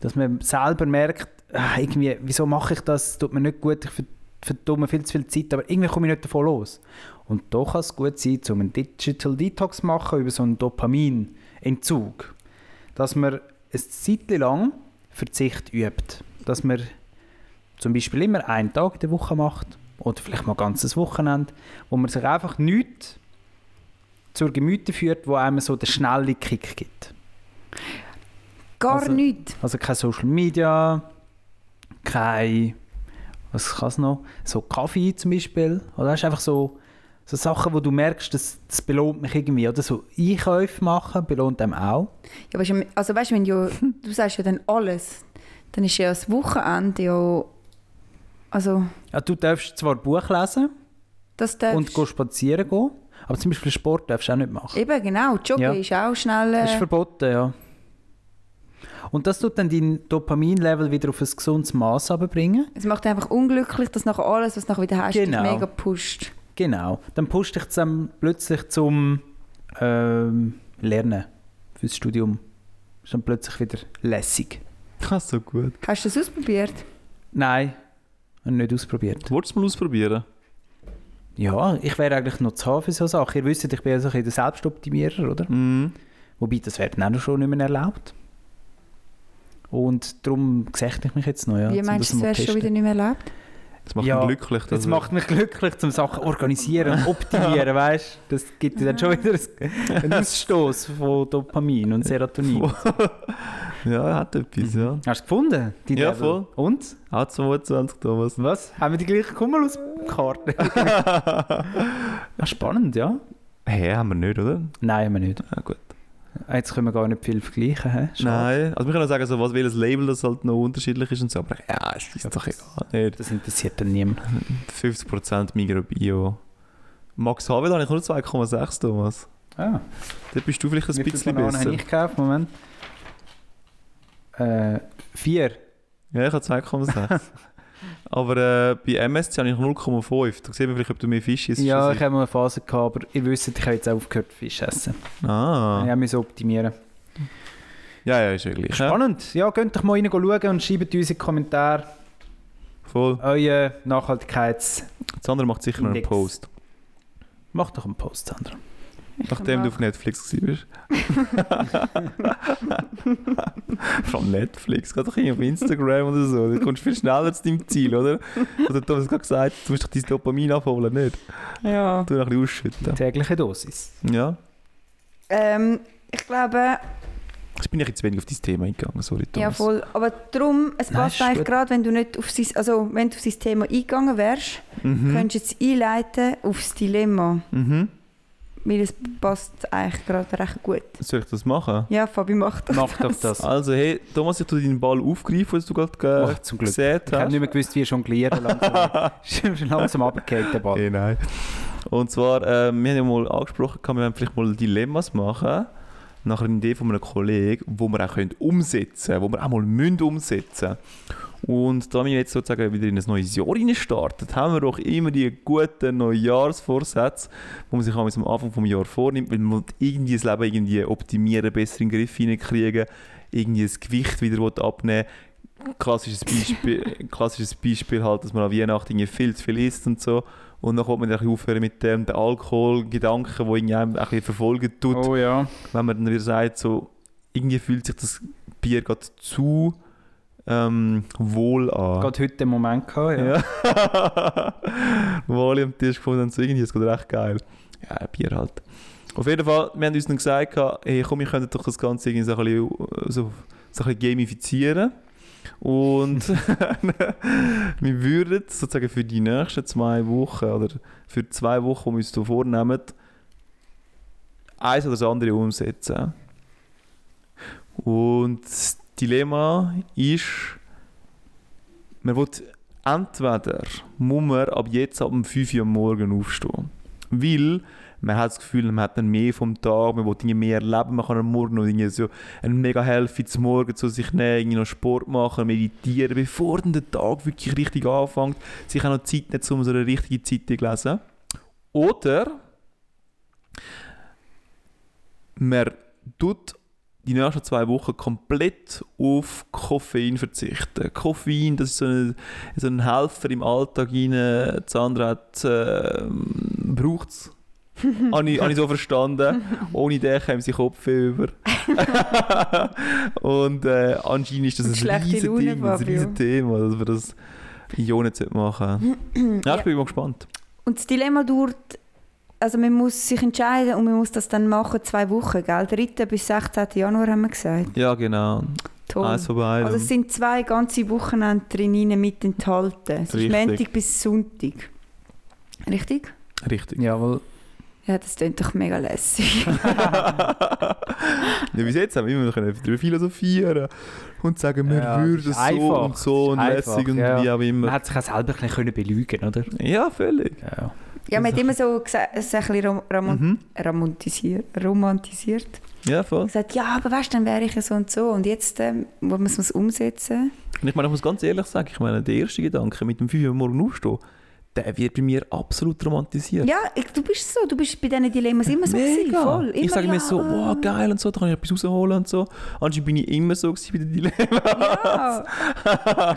B: Dass man selber merkt, ah, irgendwie, wieso mache ich das, tut mir nicht gut, ich ver- verdumme viel zu viel Zeit, aber irgendwie komme ich nicht davon los. Und da kann es gut sein, um einen Digital Detox zu machen über so einen Dopaminentzug. Dass man ein Zeit lang Verzicht übt. Dass man zum Beispiel immer einen Tag in der Woche macht oder vielleicht mal ein ganzes Wochenende, wo man sich einfach nichts zur Gemüte führt, wo einem so den schnellen Kick gibt.
C: Gar
B: Also-
C: nichts.
B: Also kein Social Media, kein, was kann es noch, so Kaffee zum Beispiel. Oder hast einfach so, so Sachen, wo du merkst, das, das belohnt mich irgendwie. Oder so Einkäufe machen belohnt einem auch.
C: Ja, aber ist- also weißt du, wenn du, du sagst ja dann alles, dann ist ja das Wochenende ja... Also,
B: Ja, du darfst zwar Buch lesen
C: das darfst
B: und gehst spazieren gehen, aber zum Beispiel Sport darfst du auch nicht machen.
C: Eben, genau. Joggen
B: Ja.
C: ist auch schnell...
B: Das ist
C: Äh,
B: verboten, ja. Und das tut dann dein Dopaminlevel wieder auf ein gesundes Maß bringen.
C: äh, es macht dich einfach unglücklich, dass nachher alles, was du nachher wieder hast,
B: Genau.
C: dich mega pusht.
B: Genau. Dann pusht dich dann plötzlich zum ähm, Lernen fürs Studium. Ist dann plötzlich wieder lässig.
A: Das ist so gut.
C: Hast du das ausprobiert?
B: Nein, habe ich nicht ausprobiert.
A: Wolltest du es mal ausprobieren?
B: Ja, ich wäre eigentlich noch zu haben für so Sachen. Ihr wisst, ich bin ja so ein bisschen der Selbstoptimierer, oder?
A: Mhm.
B: Wobei, das wird dann auch schon nicht mehr erlaubt. Und darum sehe ich mich jetzt noch. Ja,
C: Wie
B: um
C: meinst du, das
B: mal
C: wärst du
B: testen.
C: schon wieder nicht mehr erlebt?
A: Das macht
B: Ja,
A: mich glücklich. dass
B: Das
A: er- [LAUGHS]
B: macht mich glücklich, zum Sachen organisieren und optimieren, weißt du? Das gibt dir dann schon wieder
A: [LAUGHS]
B: einen Ausstoß von Dopamin und Serotonin.
A: Voll. ja, er hat etwas, ja.
B: Hast du gefunden? die
A: Ja,
B: Level?
A: voll.
B: Und?
A: Auch 22, Thomas.
B: Was? Haben wir die gleiche
A: [LAUGHS]
B: Cumulus-Karte? ja, spannend, ja?
A: Hä, haben wir nicht, oder?
B: Nein, haben wir nicht.
A: Ah, gut.
B: Ah, Jetzt können wir gar nicht viel vergleichen. Hä? Schade.
A: Nein. Also wir können auch sagen, so, was, welches Label das halt noch unterschiedlich ist und so, aber ja, es ist doch egal. Nicht.
B: Das interessiert dann niemand.
A: 50% Migrobio. Max Havela habe ich nur 2,6, Thomas.
B: Ah,
A: Dort bist du vielleicht ein
B: wie viele
A: bisschen
B: Bananen
A: besser.
B: habe ich gekauft? Moment. Äh, vier.
A: Ja, ich habe 2,6.
B: [LAUGHS]
A: aber äh, bei MSC habe ich 0,5. Da sieht man vielleicht, ob du mehr Fisch isst.
B: ja,
A: oder
B: ich habe mal eine Phase gehabt, aber ihr wisst, ich habe jetzt auch aufgehört Fisch essen.
A: so. Ah,
B: Ich habe mich so optimieren.
A: ja, ja, ist ja gleich. Ja,
B: Spannend. Ja, könnt doch mal rein schauen und schreibt uns in die Kommentare
A: voll.
B: euren Nachhaltigkeits...
A: Das andere macht sicher noch einen
B: Index.
A: Post.
B: Macht doch einen Post, Sandra.
A: Nachdem du
B: Genau.
A: auf Netflix warst.
B: [LAUGHS]
A: Von Netflix, geh doch irgendwie auf Instagram oder so. Du kommst viel schneller zu deinem Ziel, oder? Oder Thomas hat gerade gesagt, du musst doch dein Dopamin abholen, nicht?
C: Ja.
A: Du ein bisschen ausschütten.
B: Tägliche Dosis.
A: Ja.
C: Ähm, ich glaube,
A: Jetzt bin ich jetzt wenig auf dein Thema eingegangen, sorry,
C: ja
A: Thomas.
C: voll. Aber darum, es
B: Nein,
C: passt
B: ist
C: eigentlich
B: gut.
C: gerade, wenn du nicht auf sein, also wenn du auf sein Thema eingegangen wärst,
A: Mhm.
C: könntest du jetzt einleiten aufs Dilemma.
A: Mhm.
C: Weil es passt eigentlich gerade recht gut.
A: Soll ich das machen?
C: Ja, Fabi macht das.
B: Macht doch das.
A: Also, hey, Thomas, ich tu deinen Ball aufgreifen, was du gerade
B: Ach,
A: äh,
B: zum Oh, Glück.
A: gesehen
B: Ich habe
A: hast.
B: nicht mehr gewusst, wie jonglieren langsam. Ist langsam [LAUGHS] abgekehrt, der Ball.
A: Eh, nein. Und zwar, äh, wir haben ja mal angesprochen, wir werden vielleicht mal Dilemmas machen, nach einer Idee von einem Kollegen, wo wir auch können umsetzen können, wo wir auch mal müssen umsetzen Und da wir jetzt sozusagen wieder in ein neues Jahr startet, haben wir doch immer die guten Neujahrsvorsätze, wo man sich am Anfang des Jahres vornimmt, weil man will irgendwie das Leben irgendwie optimieren, besser in den Griff hinkriegen, irgendwie das Gewicht wieder will abnehmen klassisches Beispiel, klassisches Beispiel halt, dass man an Weihnachten irgendwie viel zu viel isst und so. Und dann kommt man dann ein bisschen aufhören mit dem den Alkoholgedanken, der irgendwie einem ein bisschen verfolgen tut.
B: Oh ja.
A: Wenn man dann wieder sagt, so, irgendwie fühlt sich das Bier gerade zu ähm, wohl an.
B: Gerade heute den Moment gehabt, ja.
A: Ja. [LAUGHS] Wo alle am Tisch gefunden haben, so irgendwie, es geht recht geil. Ja, Bier halt. Auf jeden Fall, wir haben uns dann gesagt, gehabt, hey, komm, wir könnten doch das Ganze irgendwie so ein bisschen, äh, so, so ein bisschen gamifizieren. Und [LAUGHS] wir würden sozusagen für die nächsten zwei Wochen oder für zwei Wochen, die wir uns da vornehmen, eins oder das andere umsetzen. Und das Dilemma ist, man will entweder muss man ab jetzt ab dem 5 Uhr am morgen aufstehen. Weil man hat das Gefühl, man hat dann mehr vom Tag, man will Dinge mehr erleben, man kann am Morgen noch Dinge so einen mega healthy zum Morgen zu sich nehmen, irgendwie noch Sport machen, meditieren, bevor dann der Tag wirklich richtig anfängt, sich auch noch Zeit nehmen, um so eine richtige Zeitung zu lesen. Oder man tut die nächsten zwei Wochen komplett auf Koffein verzichten. Koffein, das ist so eine so ein Helfer im Alltag rein. Sandra hat, äh, braucht
C: [LAUGHS]
A: es. habe, ich, habe ich so verstanden. Ohne den käme sie Kopf
C: [LAUGHS]
A: über. und äh, anscheinend ist das
C: Und
A: ein
C: schlechte
A: riesen
C: Laune,
A: Ding, ein
C: Fabio.
A: riesen Thema, dass wir das in Ionen machen sollten. Ja, ich bin mal gespannt.
C: Und das Dilemma dauert, also man muss sich entscheiden und man muss das dann machen, zwei Wochen, gell? 3. bis 16. Januar haben wir gesagt.
A: Ja, genau.
C: Toll.
A: Eins von beidem.
C: Also es sind zwei ganze Wochenenden drin mit enthalten. Es ist
A: Richtig.
C: Montag bis Sonntag. Richtig?
A: Richtig.
B: Jawohl.
C: Ja, das klingt doch mega lässig.
A: [LAUGHS]
C: [LAUGHS]
A: ja, bis jetzt haben wir immer noch können darüber philosophieren und sagen, wir
B: Ja,
A: würden
B: es
A: so
B: ist einfach.
A: und so und
B: Es ist
A: lässig
B: einfach,
A: und
B: ja.
A: wie auch
B: Man
A: immer.
B: hat sich auch selber ein bisschen können belügen oder?
A: Ja, völlig.
B: Ja.
C: Ja, man hat immer so gesagt, es ein bisschen rom rom
A: Also. Mhm.
C: romantisiert, romantisiert.
A: Ja, voll.
C: Und gesagt, ja, aber weißt du, dann wäre ich ja so und so. Und jetzt ähm, muss man es umsetzen.
A: Und ich meine, ich muss ganz ehrlich sagen, ich meine, der erste Gedanke mit dem 5 Uhr morgen aufstehen, der wird bei mir absolut romantisiert.
C: Ja, ich, du bist so, du bist bei diesen Dilemmas immer so gewesen, voll. Immer,
A: ich sage
C: ja,
A: mir so,
B: ah.
A: wow,
C: ähm,
A: geil und so, da kann ich etwas rausholen und so. Anscheinend bin ich immer so gewesen bei den Dilemmas.
C: Ja. Ich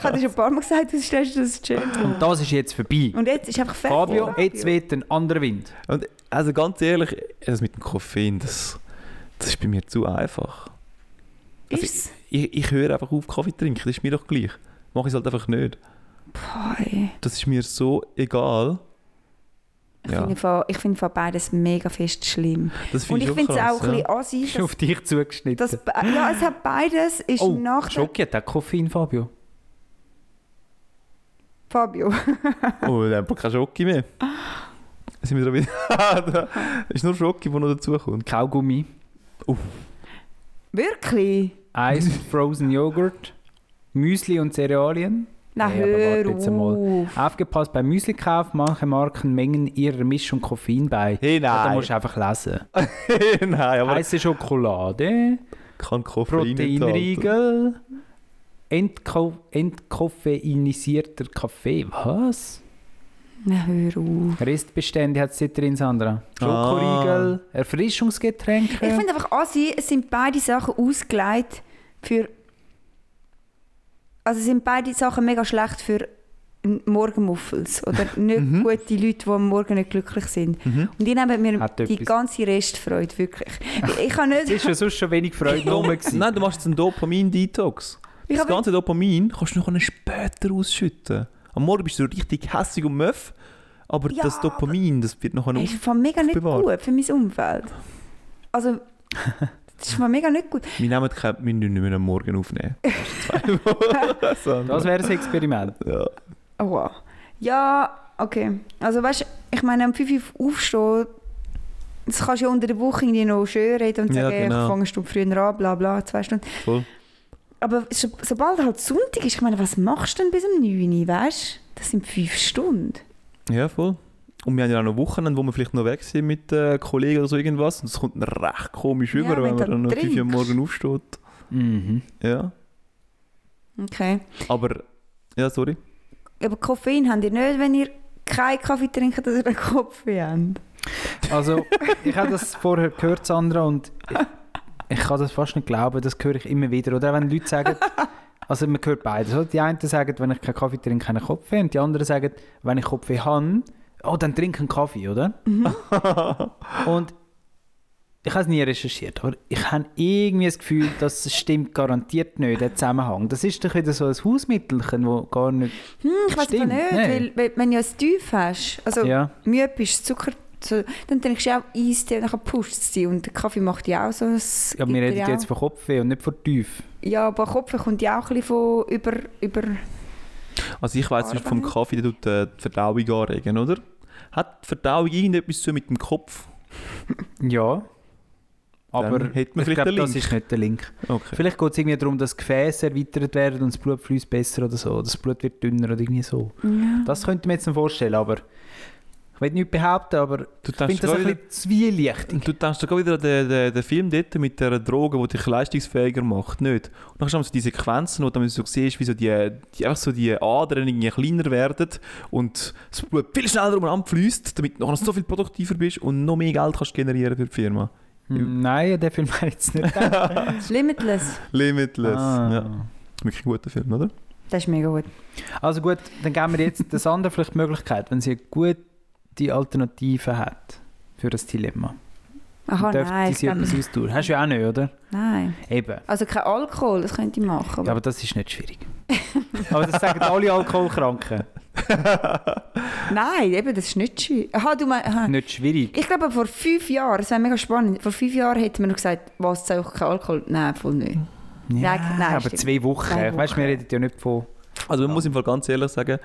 C: habe dir schon ein paar Mal gesagt, du stellst das schön.
B: Und das ist jetzt vorbei.
C: Und jetzt ist einfach fertig.
B: Fabio, jetzt weht ein anderer Wind.
A: Und also ganz ehrlich, das mit dem Koffein, das, das ist bei mir zu einfach. Also
C: Ist's?
A: Ich, ich höre einfach auf, Kaffee zu trinken, das ist mir doch gleich. Mache ich es halt einfach nicht.
C: Boah, ey.
A: Das ist mir so egal.
C: Ich
A: Ja.
C: finde voll- ich finde von beides mega fest schlimm.
A: Das
C: Und
A: finde
C: ich
A: schon
C: finde es
A: krass,
C: auch ein bisschen assi,
B: Ist auf dich
C: dass,
B: zugeschnitten.
C: dass, be- ja, es hat beides, ist
B: oh,
C: nach der-
B: schockiert auch Koffein, Fabio.
C: Fabio.
A: ja. Oh, dann haben wir keinen Schocki mehr. Sind wir da wieder? [LAUGHS] Es ist nur Schocki, der noch dazukommt.
B: Kaugummi,
C: Wirklich?
B: Eis, Frozen Joghurt, Müsli und Cerealien.
C: Nein,
B: Hey, aber
C: hör
B: warte jetzt einmal.
C: auf.
B: Aufgepasst beim Müslikauf, manche Marken mengen ihrer Mischung Koffein bei.
A: Hey,
B: Ja, da
A: nein.
B: musst du einfach lesen.
A: [LAUGHS] nein, aber
B: Heiße Schokolade,
A: kann Koffein enthalten.
B: Proteinriegel, entko entkoffeinisierter Kaffee. Was?
C: Na, hör auf.
B: Restbestände hat es dort drin, Sandra. Schokoriegel, Erfrischungsgetränke.
C: Ich finde einfach, an sie es sind beide Sachen ausgelegt für. Also sind beide Sachen mega schlecht für N- Morgenmuffels oder nicht gute Leute, die am Morgen nicht glücklich sind. Und die nehmen mir
B: Hat
C: die
B: etwas.
C: ganze Restfreude, wirklich. Ich- Ich kann
B: es ist
C: nicht.
B: ja sonst schon wenig
A: [LAUGHS]
B: Freude rum. gewesen.
A: Nein, du machst jetzt einen Dopamin-Detox.
C: Ich
A: Das
C: habe-
A: ganze Dopamin kannst du noch später ausschütten. Am Morgen bist du richtig hässig und möff, aber
C: Ja,
A: das Dopamin, das wird noch
C: Das ist von mega nicht
A: Bewahrt.
C: gut für mein Umfeld. Also, das ist von mega nicht gut.
A: Wir nehmen keine, wir müssen nicht mehr am Morgen
B: [LAUGHS]
A: aufnehmen. Das ist zwei Wochen. Sandra. [LAUGHS]
B: Das wäre ein Experiment.
A: ja.
C: Oh, wow. Ja, okay. Also weißt du, ich meine, am 5 Uhr aufstehen, das kannst du ja unter der Woche irgendwie noch schön reden und
A: Ja,
C: sagen, ja,
A: genau.
C: fangst du früher an, bla bla, zwei Stunden.
A: Voll.
C: Aber so, sobald halt Sonntag ist, ich meine, was machst du denn bis um 9 Uhr, weißt du? Das sind fünf Stunden.
A: ja, voll. Und wir haben ja auch noch Wochenende, wo wir vielleicht noch weg sind mit äh, Kollegen oder so irgendwas. Und es kommt dann recht komisch
C: Ja,
A: rüber,
C: wenn
A: wenn
C: du
A: man dann um 5 Uhr am
C: trinkst.
A: Morgen aufsteht.
B: Mhm.
A: Ja.
C: Okay.
A: Aber, ja, sorry.
C: Aber Koffein habt ihr nicht, wenn ihr keinen Kaffee trinkt oder einen Kopfweh habt.
B: Also, ich habe das vorher gehört, Sandra, und ich, ich kann das fast nicht glauben, das höre ich immer wieder. Oder auch wenn Leute sagen, also man hört beides. oder? Die einen sagen, wenn ich keinen Kaffee trinke, keinen Kopfweh. Und die anderen sagen, wenn ich Kopfweh habe, oh, dann trinke einen Kaffee, oder? und ich habe es nie recherchiert, aber ich habe irgendwie das Gefühl, das stimmt garantiert nicht, der Zusammenhang. Das ist doch wieder so ein Hausmittelchen, wo gar nicht...
C: Hm, ich weiß aber
B: Stimmt,
C: nicht,
B: nein.
C: weil, weil wenn du ja ein Tief hast, also
B: Ja.
C: müde bist, Zucker, so, dann trinkst du auch Eistee und dann pusht es dich. Und der Kaffee macht ja auch so ein...
B: Ja, wir reden
C: ja.
B: jetzt von Kopfweh und nicht von Tief.
C: Ja, aber Kopf kommt ja auch ein bisschen von über... über
A: Also ich weiss nicht vom
C: Arbeit.
A: Kaffee, der tut äh, die Verdauung anregen, oder? Hat die Verdauung irgendetwas zu tun mit dem Kopf?
B: Ja. Aber
A: Dann hätte man
B: ich
A: vielleicht
B: glaube,
A: den
B: das
A: Link.
B: ist nicht der Link.
A: Okay.
B: Vielleicht geht es irgendwie darum, dass Gefäße erweitert werden und das Blut fließt besser oder so. Das Blut wird dünner oder irgendwie so. Das könnte ich mir jetzt noch vorstellen, aber ich will nicht behaupten, aber
A: Du
B: ich finde
A: denkst
B: das
A: gerade
B: ein
A: wieder,
B: bisschen zwielichtig.
A: du denkst doch gerade wieder an den, den, den Film dort mit der Droge, die dich leistungsfähiger macht, nicht? Und dann hast du so diese Sequenzen, wo du dann so siehst, wie so die, die, einfach so die Adern irgendwie kleiner werden und das Blut viel schneller umeinander fließt, damit du noch so viel produktiver bist und noch mehr Geld kannst generieren für die Firma.
B: Hm, Nein, den Film habe ich jetzt nicht.
C: Limitless.
A: Limitless. Ja.
B: Ah.
A: Wirklich ein guter Film, oder?
C: Das ist mega gut.
B: Also gut, dann geben wir jetzt das andere vielleicht die Möglichkeit, wenn sie eine gute Alternative hat für das Dilemma.
C: Aha,
B: Dürfte
C: Oh nein. ich
B: sie
C: glaub-
B: etwas austun. Hast du ja auch nicht, oder?
C: Nein.
B: Eben.
C: Also kein Alkohol, das könnte ich machen.
B: Ja, aber das ist nicht
C: [LAUGHS]
B: schwierig. aber das sagen alle Alkoholkranken.
C: Nein, eben, das ist nicht schön. Aha, du meinst... aha.
B: Nicht schwierig.
C: Ich glaube, vor fünf Jahren, es wäre mega spannend, vor fünf Jahren hätte man noch gesagt, was, soll ich kein Alkohol? Nein, voll nicht.
B: Ja,
C: nein, nein,
B: aber
C: stimmt.
B: zwei Wochen.
C: Zwei
B: Weisst Weißt du, wir reden ja nicht von.
A: Also man muss im Fall ganz ehrlich sagen,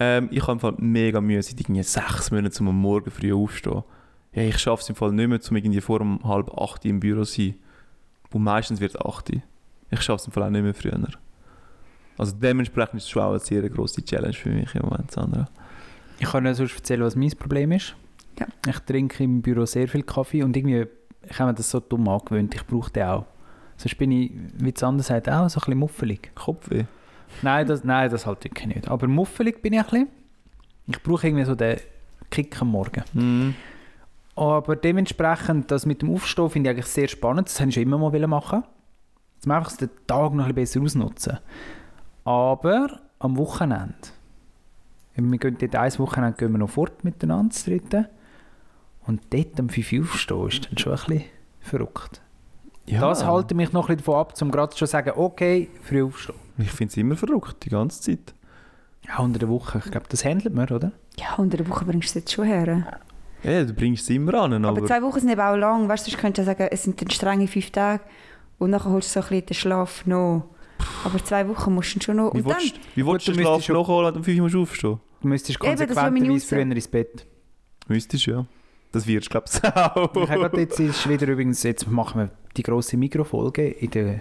A: ähm, ich habe im Fall mega Mühe, seit irgendwie sechs Monaten, um am Morgen früh aufzustehen. Ja, ich schaffe es im Fall nicht mehr, um irgendwie vor um halb acht im Büro zu sein. Wo meistens wird es acht. Ich schaffe es im Fall auch nicht mehr früher. Also dementsprechend ist es schon auch eine sehr grosse Challenge für mich im Moment, Sandra.
B: Ich kann ja sonst erzählen, was mein Problem ist.
C: Ja.
B: Ich trinke im Büro sehr viel Kaffee und irgendwie ich habe mir das so dumm angewöhnt. Ich brauche den auch. Sonst bin ich, wie Sander sagt, auch so ein bisschen muffelig.
A: Kopfweh.
B: Nein, das, nein, das halt wirklich nicht. Aber muffelig bin ich ein bisschen. Ich brauche irgendwie so den Kick am Morgen.
A: Mhm.
B: Aber dementsprechend, das mit dem Aufstehen finde ich eigentlich sehr spannend. Das wollte ich schon immer mal machen. Dass man einfach den Tag noch ein bisschen besser ausnutzen. Aber am Wochenende. Wir gehen dort ein Wochenende gehen wir noch fort miteinander zu dritten. Und dort am 5 Uhr aufstehen ist dann schon ein bisschen verrückt.
A: Ja.
B: Das halt- halte mich noch ein bisschen davon ab, um gerade schon zu sagen, okay, früh aufstehen.
A: Ich finde es immer verrückt, die ganze Zeit.
B: Ja, unter der Woche. Ich glaube, das handelt man, oder?
C: Ja, unter der Woche bringst du es jetzt schon her.
A: Ja, du bringst es immer an,
C: Aber,
A: aber...
C: zwei Wochen sind eben auch lang. Weißt du, sonst könntest du ja sagen, es sind dann strenge fünf Tage und nachher holst du so ein bisschen den Schlaf noch. Aber zwei Wochen musst du schon noch.
A: wie
C: Und dann,
A: willst, wie willst du
B: Gut,
A: den
B: du
A: Schlaf
B: müsstest schon-
A: nachholen, wenn du um fünf Uhr musst aufstehen
B: Du müsstest
C: Eben, das will man
B: konsequenterweise
C: nicht
B: früher ins Bett.
A: Müsstest du, ja. Das wirst du, glaube ich, [LAUGHS] auch.
B: Ich habe gerade jetzt ist wieder übrigens, jetzt machen wir die grosse Mikrofolge in dem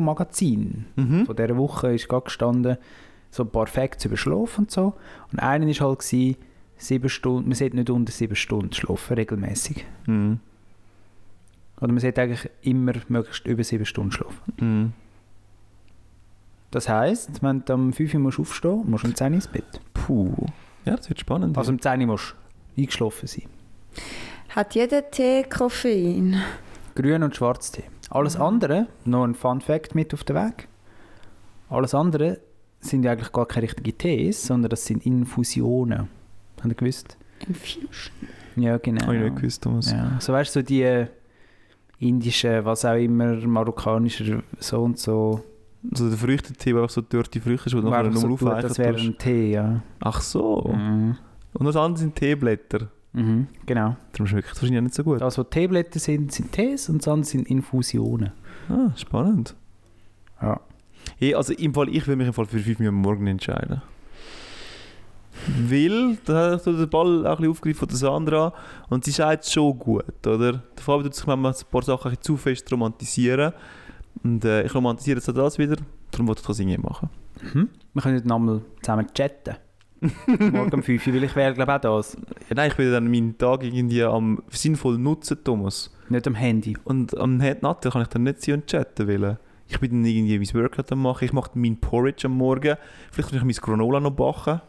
B: Mikromagazin.
A: Mhm.
B: Von dieser Woche ist gerade gestanden, so ein paar Facts über Schlaf und so. Und einer war halt, gewesen, sieben Stunden, man sollte nicht unter sieben Stunden schlafen, regelmäßig.
A: Mhm. Mm,
B: Oder man sollte eigentlich immer möglichst über sieben Stunden schlafen.
A: Mhm.
B: Das heisst, wenn du am 5 Uhr musst aufstehen musst, musst du um 10 Uhr ins Bett.
A: Puh. Ja, das wird spannend.
B: Also um 10 Uhr musst du eingeschlafen sein.
C: Hat jeder Tee Koffein?
B: Grün- und Schwarztee.
A: Mhm.
B: Alles andere, noch ein Fun Fact mit auf den Weg, alles andere sind ja eigentlich gar keine richtigen Tees, sondern das sind Infusionen. Habt ihr gewusst?
C: Infusion.
B: Ja, genau.
A: Habe Oh, ich nicht gewusst, Thomas.
B: Ja, so weißt du, so die indischen, was auch immer, marokkanischer, so und so.
A: Also der Früchtetee, wo einfach so dörrte Früchte ist, wo du nachher
B: Einfach
A: nur
B: so tut,
A: aufweichen
B: das wäre
A: tust. Oh.
B: ein Tee, ja.
A: Ach so.
B: Mhm.
A: Und das andere sind Teeblätter.
B: Mhm, genau.
A: Darum schmeckt es wahrscheinlich auch nicht so gut.
B: Das, was Teeblätter sind, sind Tees und das andere sind Infusionen.
A: Ah, spannend.
B: Ja.
A: Hey, also im Fall, ich will mich im Fall für 5 Uhr am morgen entscheiden. Weil, da hat so den Ball auch ein bisschen aufgegriffen von der Sandra und sie sagt es schon gut, oder? Der Fabi tut sich manchmal ein paar Sachen ein bisschen zu fest romantisieren und äh, ich romantisiere jetzt auch das wieder, darum wollte ich das irgendwie machen.
B: Mhm. Wir können heute nochmal zusammen
A: [LAUGHS]
B: chatten. Morgen um 5 Uhr, weil ich wäre glaube auch das.
A: Ja, nein, ich will dann meinen Tag irgendwie am sinnvoll nutzen, Thomas.
B: Nicht am Handy.
A: Und am Nacht kann ich dann nicht sein und chatten wollen. Ich bin dann irgendwie mein Workout am machen, ich mache mein Porridge am Morgen, vielleicht kann ich mein Granola noch backen.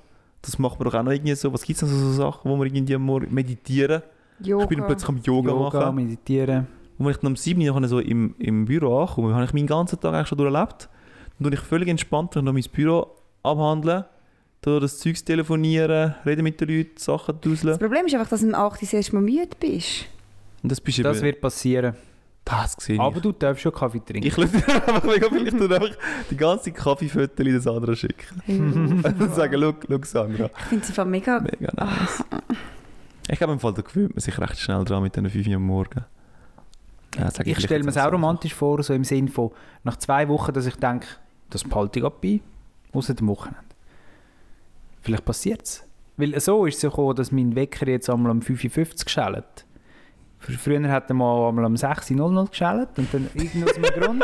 A: Das macht man doch auch noch irgendwie so. Was gibt es denn so, so Sachen, wo man irgendwie am Morgen meditieren?
C: Yoga.
A: Ich bin dann plötzlich am Yoga, machen.
B: meditieren.
A: Und wenn ich dann am 7. Uhr nachher so im, im Büro ankomme, habe ich meinen ganzen Tag eigentlich schon durchlebt. Dann tue ich völlig entspannt noch mein Büro abhandeln, dann das Zeugs telefonieren, reden mit den Leuten, Sachen
C: Das
A: duseln.
C: Problem ist einfach, dass du am 8. das erste Mal müde
A: [LAUGHS]
C: bist.
A: Und das bist
B: Das
A: eben...
B: wird passieren.
A: Das sehe
B: Aber du darfst schon Kaffee
A: ich.
B: trinken.
A: Ich lasse dir [LAUGHS] einfach mega viel, ich tue einfach die ganze Kaffeefötterchen in das andere
B: [LAUGHS]
A: schicken. [LAUGHS] Und sagen, schau, schau Sandra,
C: Ich finde sie voll
B: Ah.
C: mega.
A: mega nice. Ich glaube, im Fall, da gewöhnt man sich recht schnell dran mit diesen 5 Uhr am Morgen. Ja, sag
B: Ich,
A: vielleicht
B: stelle
A: jetzt
B: mir es auch
A: so.
B: romantisch vor, so im Sinn von nach zwei Wochen, dass ich denke, das behalte ich ab bei, außer dem Wochenende. Vielleicht passiert es. Weil so ist es ja gekommen, dass mein Wecker jetzt einmal um 5.50 Uhr geschält. Fr- Früher hat er mal einmal um 6.00 Uhr geschält und dann irgend aus einem
A: [LAUGHS]
B: Grund,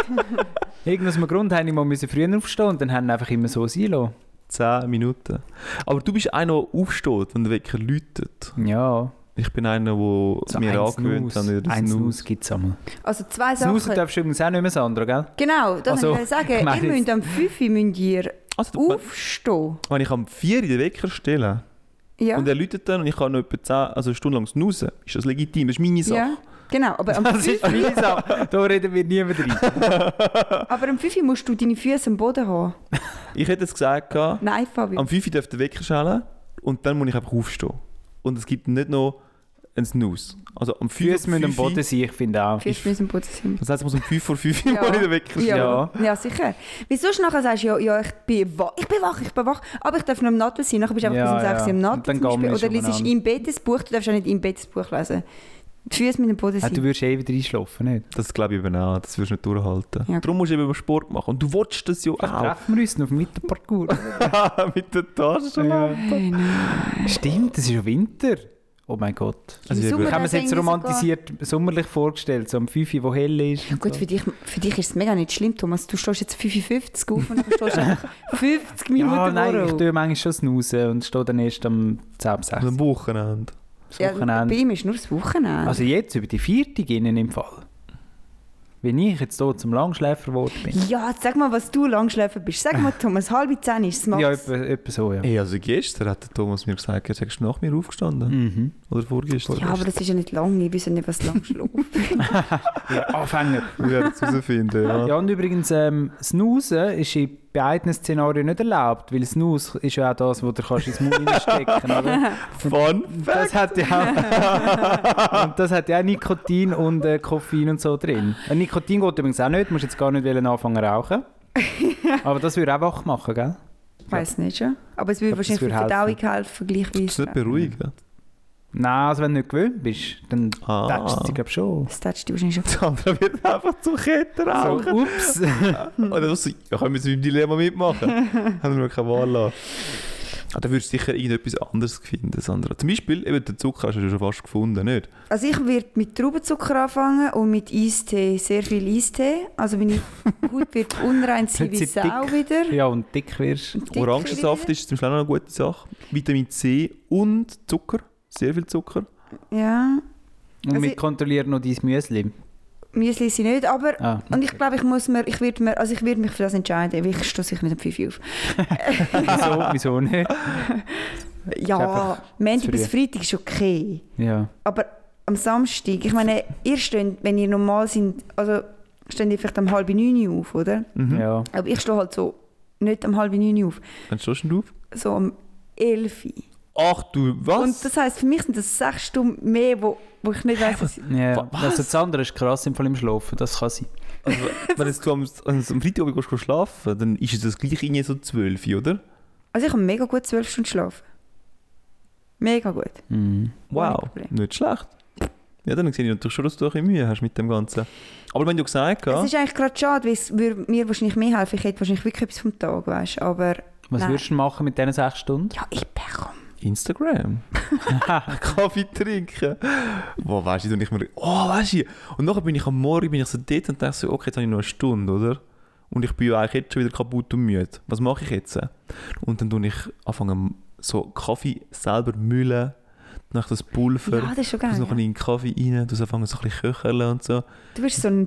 B: irgend aus einem Grund habe ich mal müssen früher aufstehen und dann haben einfach immer so sein lassen.
A: 10 Minuten. Aber du bist einer, der aufsteht, wenn der Wecker läutet.
B: Ja,
A: Ich bin einer, der mir angewöhnt hat, wieder
B: Eins
A: Snooze.
B: Nuss gibt es einmal.
C: Also zwei
B: Snooze
C: Sachen.
B: darfst du übrigens auch nicht mehr, Sandra, gell?
C: Genau, das
B: Also,
C: wollte
A: [LAUGHS]
C: ich sagen.
B: ich
C: Ich
B: meine
C: ihr
B: jetzt-
C: müsst am 5 Uhr müsst ihr
A: Also, wenn-
C: aufstehen.
A: wenn ich am 4 Uhr den Wecker stelle
C: Ja.
A: und er läutet dann und ich kann noch etwa 10, also eine Stunde lang snoozen, ist das legitim, das ist meine Sache.
C: ja. Genau, aber
A: [LAUGHS]
C: am,
B: Das
C: 5,
B: ist mühsam. da reden wir nie mehr drin.
C: aber am 5 Uhr musst du deine Füße am Boden haben.
A: Ich hätte es gesagt, gehabt,
C: Nein, Fabi.
A: am 5 Uhr darf der Wecker schellen und dann muss ich einfach aufstehen. Und es gibt nicht noch einen Snooze. Also am 5
B: Füße müssen am Boden sein, ich finde auch.
C: Füße müssen am Boden sein.
A: Das heißt, ich muss um 5 vor 5 Uhr [LAUGHS]
C: Ja.
A: mal den Wecker stellen.
B: Ja.
C: Ja. ja, sicher. Wieso sonst nachher sagst du, ja, ja ich, bin wach, ich bin wach, ich bin wach, aber ich darf nicht im Nattel sein. Nachher bist du einfach
B: Ja,
C: bis um 6 Uhr
B: ja.
C: im Nattel
B: Und dann
C: zum Beispiel.
B: gammelst du
C: Oder liest
B: umeinander.
C: im Bett ein Buch, du darfst auch nicht im Bett ein Buch lesen. Die Füße mit dem Boden
B: Ah, du
C: sein.
B: würdest eh wieder einschlafen, nicht?
A: Das glaube ich eben auch, das wirst du nicht durchhalten.
C: Ja.
A: Darum musst du eben über Sport machen. Und du willst das ja auch.
B: Treffen wir uns noch auf dem Mitterparcours.
C: [LAUGHS]
A: [LAUGHS] Mit der Tasche.
B: Ja. Stimmt, es ist ja Winter. Oh mein Gott.
A: Also
C: Im
A: ich habe
C: Sommer
B: Ich habe mir es
C: dann
B: jetzt
C: irgendwie
B: romantisiert, sommerlich vorgestellt, so um 5 Uhr, wo hell ist. und
C: Gut,
B: so.
C: für dich, für dich ist es mega nicht schlimm, Thomas. Du stehst jetzt 55 auf und dann stehst
B: [LAUGHS]
C: du einfach 50 Minuten
B: ja, nein,
C: vor.
B: ich tue manchmal schon snoozen und stehe dann erst am 10, ab 6
A: Am
B: Uhr.
A: Wochenende.
B: Das
C: ja, Bei
B: Wochenende.
C: ihm ist nur das Wochenende.
B: Also jetzt über die vierte innen im Fall. Wenn ich jetzt hier zum Langschläfer geworden bin.
C: ja, jetzt sag mal, was du langschläfer bist. Sag mal, Thomas, halb zehn ist es
B: Ja,
C: Max.
B: etwa, etwa so, ja.
A: Ey, also gestern hat der Thomas mir gesagt, er sagst du nach mir aufgestanden.
B: Mhm.
A: Oder vorgestern.
C: Ja, aber das ist ja nicht lang. Ich weiß ja nicht, was lang schläft.
B: Ja, Anfänger.
A: Wir werden es herausfinden, ja.
B: Ja, und übrigens, ähm, Snoozen ist in beiden Szenarien nicht erlaubt, weil Snooze ist ja auch das, wo du kannst ins Maul stecken
A: [LAUGHS]
B: oder?
A: Fun
B: Und das hat ja auch, und das hat ja auch Nikotin und äh, Koffein und so drin. Äh, Nikotin geht übrigens auch nicht, musst jetzt gar nicht wollen anfangen
A: [LAUGHS]
B: rauchen. Aber das würde auch wach machen, gell?
C: Ich weiß nicht, ja. Aber es
B: Ich
C: würde
B: glaub, das
C: wahrscheinlich für die
B: würde
C: Verdauung helfen,
A: Das ist nicht
C: gleichweise.
A: beruhigend.
B: Nein, also wenn du nicht gewöhnt bist, dann
A: Ah. [LAUGHS]
B: tätschst du dich glaub schon.
C: Das tätschst du wahrscheinlich schon.
A: Der andere wird einfach zum Ketten
B: So,
A: rauchen.
B: ups. [LAUGHS]
A: Oder was? Ja, können wir es mit dem Dilemma mitmachen?
C: [LAUGHS]
A: Haben wir keine Wahl lassen. Ah, dann würdest du sicher irgendetwas anderes finden, Sandra. Zum Beispiel, eben den Zucker hast du ja schon fast gefunden, nicht?
C: Also ich würde mit Traubenzucker anfangen und mit Eistee. Sehr viel Eistee.
B: [LAUGHS]
C: Also meine Haut wird unrein sein wie
B: Wird sie
C: Sau
B: dick?
C: wieder.
B: Ja, und dick wirst.
C: Dick
A: Orangensaft
C: wieder.
A: ist zum Beispiel auch noch eine gute Sache. Vitamin C und Zucker. Sehr viel Zucker.
C: Ja.
B: Und
C: Also
B: wir
C: ich-
B: kontrollieren noch dein Müsli.
C: Müsli sind nicht, aber...
A: [LAUGHS]
B: Ah.
C: Und ich glaube, ich muss mir, ich werde mir, also ich werde mich für das entscheiden, weil ich stoße sicher nicht um 5 Uhr auf.
B: wieso, wieso nicht?
C: Ja,
B: einfach
C: Montag
B: zu
C: bis Freitag ist okay.
B: Ja.
C: Aber am Samstag, ich meine, ihr steht, wenn ihr normal sind, also steht ihr vielleicht um halb neun Uhr auf, oder?
A: Mhm. Ja.
B: Ja.
C: Aber ich stehe halt so nicht um halb neun Uhr auf,
A: Dann stehst du auf.
C: so um elf Uhr.
A: Ach du, was?
C: Und das heisst, für mich sind das sechs Stunden mehr, wo, wo ich nicht weiss, was...
B: ja.
A: Wa- was?
B: Also das andere ist krass, im Fall im Schlafen, das kann sein.
A: also, wenn jetzt du am, also am Freitagabend gehst, gehst schlafen dann ist es das gleich irgendwie so 12, oder?
C: Also ich habe mega gut zwölf Stunden schlafen. Mega gut.
B: Mhm.
C: Ohne
A: Wow,
C: Problem.
A: nicht schlecht. Ja, dann sehe ich natürlich schon, dass du ein bisschen Mühe hast mit dem Ganzen. Aber wenn du gesagt
C: Es
A: hast,
C: ist eigentlich gerade schade, weil es würde mir wahrscheinlich mehr helfen. Ich hätte wahrscheinlich wirklich etwas vom Tag, weißt Aber
B: Was
C: Nein.
B: würdest du machen mit diesen sechs Stunden?
C: ja, ich bekomme.
A: Instagram. [LAUGHS] Kaffee trinken. Wo weißt du, dann ich mir, oh, weißt du. Und nachher bin ich am Morgen bin ich so dort und denke so, okay, jetzt habe ich noch eine Stunde, oder? Und ich bin ja eigentlich jetzt schon wieder kaputt und müde. Was mache ich jetzt? Und dann tue ich anfangen, so Kaffee selber mühlen, nach das Pulver.
C: Ja, das ist schon
A: Du noch in
C: geil.
A: den Kaffee rein, du anfangen so ein bisschen köcheln und so.
C: Du bist so ein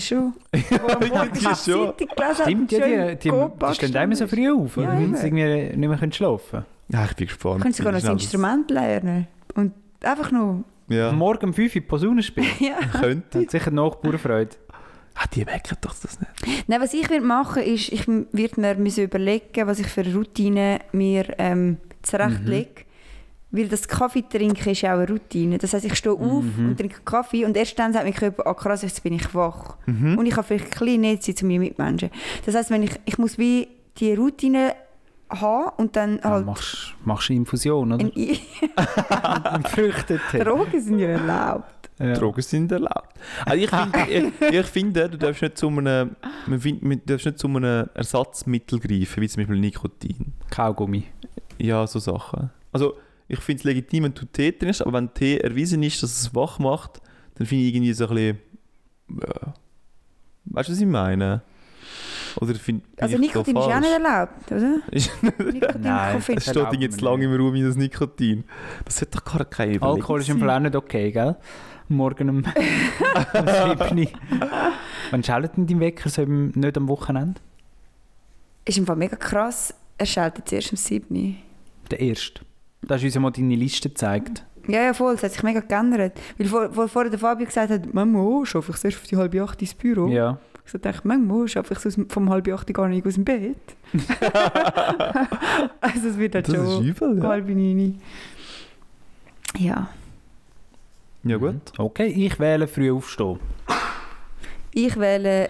B: [LAUGHS]
C: schon. der am Morgen
A: Ja, schon.
C: Zeitung gelesen hat
B: Stimmt,
C: und Also, schön
B: ja, die, die,
C: Copa
B: die stehen immer so
C: gestanden
B: früh auf,
C: Ja,
B: oder? wenn
C: eben.
B: sie irgendwie nicht mehr können schlafen
A: Ja, ich bin
C: ist.
A: gespannt.
C: Kannst sogar noch
A: Wie
C: das
A: schnell das-
C: Instrument lernen. Und einfach nur...
A: Ja,
B: können. Morgen um 5 Uhr Posaune spielen.
C: [LAUGHS] ja.
A: könnte.
B: Hat sicher die Nachbarn Freude.
A: Ah, die merken doch das nicht.
C: Nein, was ich würde machen ist, ich würde mir müssen überlegen, was ich für eine Routine mir ähm, zurechtlege. Weil das Kaffee trinken ist ja auch eine Routine. Das heißt, ich stehe auf
B: Mhm.
C: und trinke Kaffee und erst dann sagt mein Körper, ah krass, jetzt bin ich wach.
A: Mhm.
C: Und ich habe vielleicht ein bisschen nett sein zu meinen Mitmenschen. Das heißt, wenn ich, ich muss wie die Routine haben und dann
B: Ja,
C: halt...
B: machst, machst du Infusion, oder?
C: ein I-
B: [LAUGHS] Ein Früchtetee.
C: Drogen sind ja erlaubt.
B: Ja.
A: Drogen sind erlaubt. Also ich,
C: [LAUGHS]
A: finde, ich, ich finde, du darfst nicht zu einem, man find, man darfst nicht zu einem Ersatzmittel greifen, wie zum Beispiel Nikotin.
B: Kaugummi.
A: Ja, so Sachen. Also ich finde es legitim, wenn du Tee trinkst, aber wenn Tee erwiesen ist, dass es wach macht, dann finde ich irgendwie so ein bisschen... Ja. Weißt du, was ich meine? Oder find, bin
C: Also
A: ich da
C: Nikotin ist ja auch
A: falsch?
C: nicht erlaubt, oder? Nikotin,
B: Nein,
C: Koffein.
A: Es steht jetzt lange im Raum wie das Nikotin. Das hat doch gar keine Überlegung.
B: Alkohol ist im Fall auch nicht okay, gell? Morgen
C: [LAUGHS]
B: um, um 7 Uhr. Wann schaltet denn dein Wecker? So im, nicht am Wochenende?
C: Ist im Fall mega krass. Er schaltet zuerst um 7 Uhr.
B: Der erste. Da hast du uns ja mal deine Liste gezeigt.
C: Ja, ja, voll, es hat sich mega geändert. Weil vor, vor, vorher der Fabio gesagt hat, manchmal schaffe ich es erst auf die halbe acht ins Büro.
B: Ja.
C: Ich so dachte, manchmal schaffe ich es aus dem- vom halben acht gar nicht aus
A: [LAUGHS]
C: dem Bett. also es wird halt
A: Das ist
C: schon
A: übel, ja.
C: halb neun. Ja,
A: Ja gut.
B: Okay, ich wähle früh aufstehen.
C: ich wähle...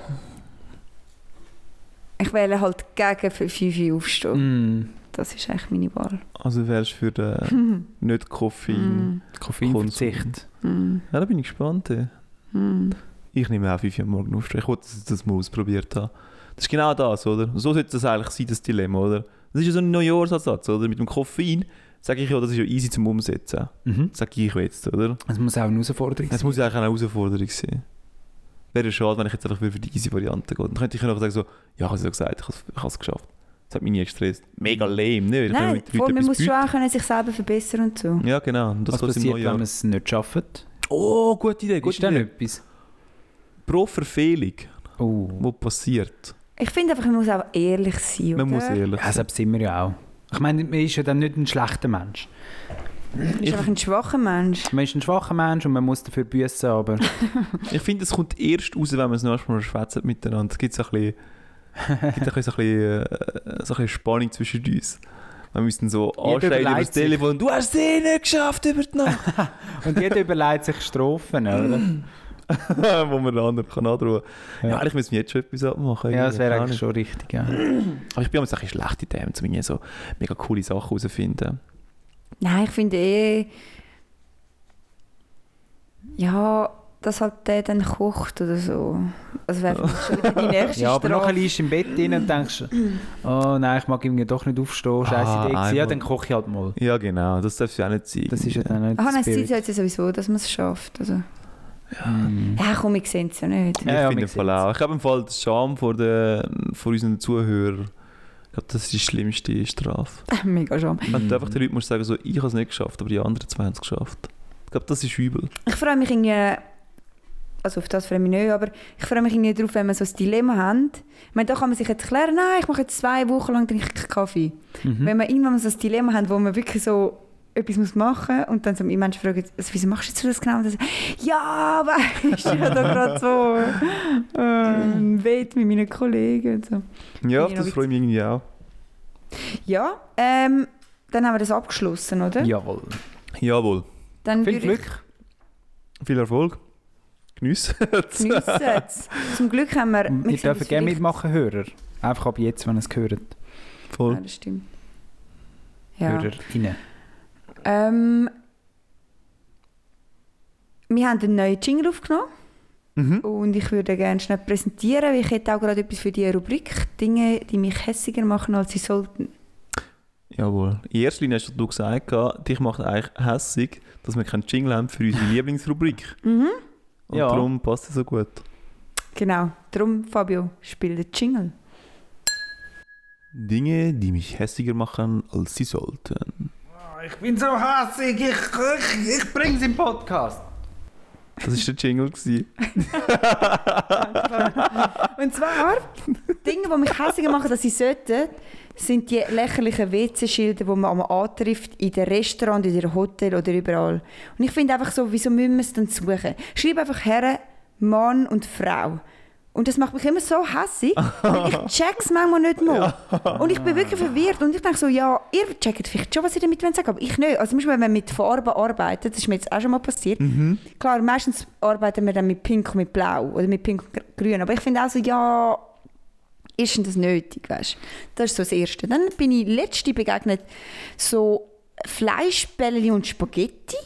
C: Ich wähle halt gegen für 5 Uhr
A: Mhm.
C: aufstehen.
B: Mm.
C: Das ist eigentlich meine Wahl. Mhm.
A: Also wärst du für
C: [LAUGHS]
A: den
C: Hm.
A: nicht
C: Mm.
A: Koffein.
B: Koffeinverzicht.
C: Hm.
A: Ja, da bin ich gespannt. eh. Ey.
C: Hm.
A: Ich nehme auch 5 Uhr am morgen aufstehen. Ich wollte das, das mal ausprobiert haben. Das ist genau das, oder? So sollte das eigentlich sein, das Dilemma, oder? Das ist ja so ein Neujahrsersatz, oder? Mit dem Koffein sage ich ja, das ist ja easy zum Umsetzen.
B: Mhm.
A: Sag ich jetzt, oder?
B: Es muss auch eine Herausforderung sein.
A: Das muss ja eigentlich auch eine Herausforderung sein. Wäre ja schade, wenn ich jetzt einfach wieder für die easy Variante gehe. Dann könnte ich ja noch sagen so, ja, ich habe es ja gesagt, ich habe es- ich habe es geschafft. Das hat mich nie gestresst. Mega lame, ne? Ich kann
C: Nein,
A: mit den
C: voll,
A: Leuten
C: man
A: etwas
C: muss schon
A: bieten.
C: auch können sich selber verbessern und so.
A: Ja, genau. Und Das
B: Was
A: kommt im
B: passiert, wenn
A: Neujahr.
B: man es nicht schafft?
A: Oh, gute Idee, gute
B: ist dann
A: Idee.
B: etwas?
A: Pro Verfehlung,
B: Oh.
A: die passiert.
C: Ich finde einfach, man muss auch ehrlich sein,
A: Man
C: oder?
A: muss ehrlich
B: Ja, selbst sind wir ja auch. Ich meine, man ist ja dann nicht ein schlechter Mensch.
C: Man ist einfach ein schwacher Mensch.
B: Man ist ein schwacher Mensch und man muss dafür büßen, aber
A: Ich finde, es kommt erst raus, wenn man es noch erstmal schwätzt miteinander. Es gibt so ein
B: [LAUGHS]
A: bisschen, gibt ein bisschen, so ein bisschen, äh, so ein bisschen Spannung zwischen uns. Wenn wir uns dann so anschreien über
B: überlegt
A: das
B: sich.
A: Telefon, du hast es eh nicht geschafft über die
B: [LAUGHS]
A: Nacht,
B: Und jeder überlegt sich Strophen, oder?
A: wo man den anderen kann androhen kann. Ja,
B: Ja.
A: eigentlich müssen wir jetzt schon etwas abmachen.
B: Ja, das
A: Keine
B: wäre
A: Ahnung.
B: eigentlich schon richtig, ja.
A: Aber ich bin immer so ein bisschen schlecht in dem, um irgendwie so mega coole Sachen herauszufinden.
C: Nein, ich finde eh. Ja, dass halt der dann kocht oder so. Das wäre für mich schon
B: [LAUGHS]
C: wieder die nächste
B: Oh. Ja, aber nachher
C: Strafe.
B: liegst du im Bett drin und denkst, oh nein, ich mag irgendwie doch nicht aufstehen, scheiße
A: Ah,
B: Idee gewesen. Ja,
A: einmal.
B: dann koche ich halt mal.
A: Ja, genau, das darf es ja auch nicht sein.
B: Das ist ja dann nicht
C: Ah,
B: der
C: nein, es
B: Spirit.
C: sieht jetzt ja sowieso, dass man es schafft. Also.
B: Mm.
C: Ja, komm, ich sehe es ja nicht.
A: Ich
B: Ja, ja, wir
A: finde im Fall
B: sehen's.
A: auch. Ich habe im Fall die Scham vor, den, vor unseren Zuhörern. Ich glaube, das ist die schlimmste Strafe.
C: [LAUGHS] Mega schade.
A: Wenn
B: Mhm.
A: du einfach den Leuten musst sagen, so, ich habe es nicht geschafft, aber die anderen zwei haben es geschafft. Ich glaube, das ist übel.
C: Ich freue mich irgendwie also auf das freue ich mich nicht, aber ich freue mich irgendwie darauf, wenn wir so ein Dilemma haben. Ich meine, da kann man sich jetzt klären, nein, ich mache jetzt zwei Wochen lang trinke ich keinen Kaffee.
B: Hm?
C: Wenn wir irgendwann mal so ein Dilemma haben, wo man wirklich so etwas muss machen muss und dann so Menschen fragen, also, wieso machst du jetzt das genau? Und dann so, ja, weißt du, [LAUGHS] ich habe da gerade so ähm, Wett mit meinen Kollegen und so.
A: Ja,
C: Finde ich
A: das
C: noch
A: freue ich mich irgendwie auch.
C: Ja, ähm, dann haben wir das abgeschlossen, oder?
B: Jawohl.
A: Jawohl.
C: Dann
B: Viel
C: würde
B: Glück.
A: Viel Erfolg. Geniess.
C: ich
B: [LAUGHS]
C: geniessen. Zum Glück haben wir...
B: Ihr
C: sehen
B: dürft
C: uns
B: gerne
C: vielleicht-
B: mitmachen, Hörer. Einfach ab jetzt, wenn ihr es gehört.
A: [LAUGHS] Voll.
C: Ja, das stimmt. Ja.
B: Hörerinnen.
C: Ähm, wir haben einen neuen Jingle aufgenommen
A: Mhm.
C: und ich würde gerne schnell präsentieren, weil ich hätte auch gerade etwas für die Rubrik Dinge, die mich hässiger machen, als sie sollten.
A: Jawohl. In erster Linie hast du gesagt, gehabt, dich macht eigentlich hässig, dass wir keinen Jingle haben für unsere Lieblingsrubrik.
C: Mhm.
A: Und
B: Ja.
A: darum passt es so gut.
C: Genau. Darum, Fabio, spiel den Jingle.
A: Dinge, die mich hässiger machen, als sie sollten.
B: Ich bin so hassig, ich, ich, ich bring's im Podcast.
A: Das war der Jingle. Gewesen.
C: Und zwar, Dinge, die mich hässiger machen, als sie sollten, sind die lächerlichen WC-Schilder, die man einmal antrifft, in den Restaurants, in den Hotels oder überall. Und ich finde einfach so, wieso müssen wir es dann suchen? Schreib einfach her, Mann und Frau. Und das macht mich immer so hässig, weil ich check's manchmal nicht mal. Und ich bin wirklich verwirrt und ich denke so, ja, ihr checkt vielleicht schon, was ihr damit wollt sagen aber ich nicht. Also zum Beispiel, wenn man mit Farben arbeitet, das ist mir jetzt auch schon mal passiert, Klar, meistens arbeiten wir dann mit Pink und mit Blau oder mit Pink und Gr- Grün. Aber ich finde auch so, ja, ist denn das nötig, weißt Das ist so das Erste. Dann bin ich letzte begegnet so Fleischbällchen und Spaghetti.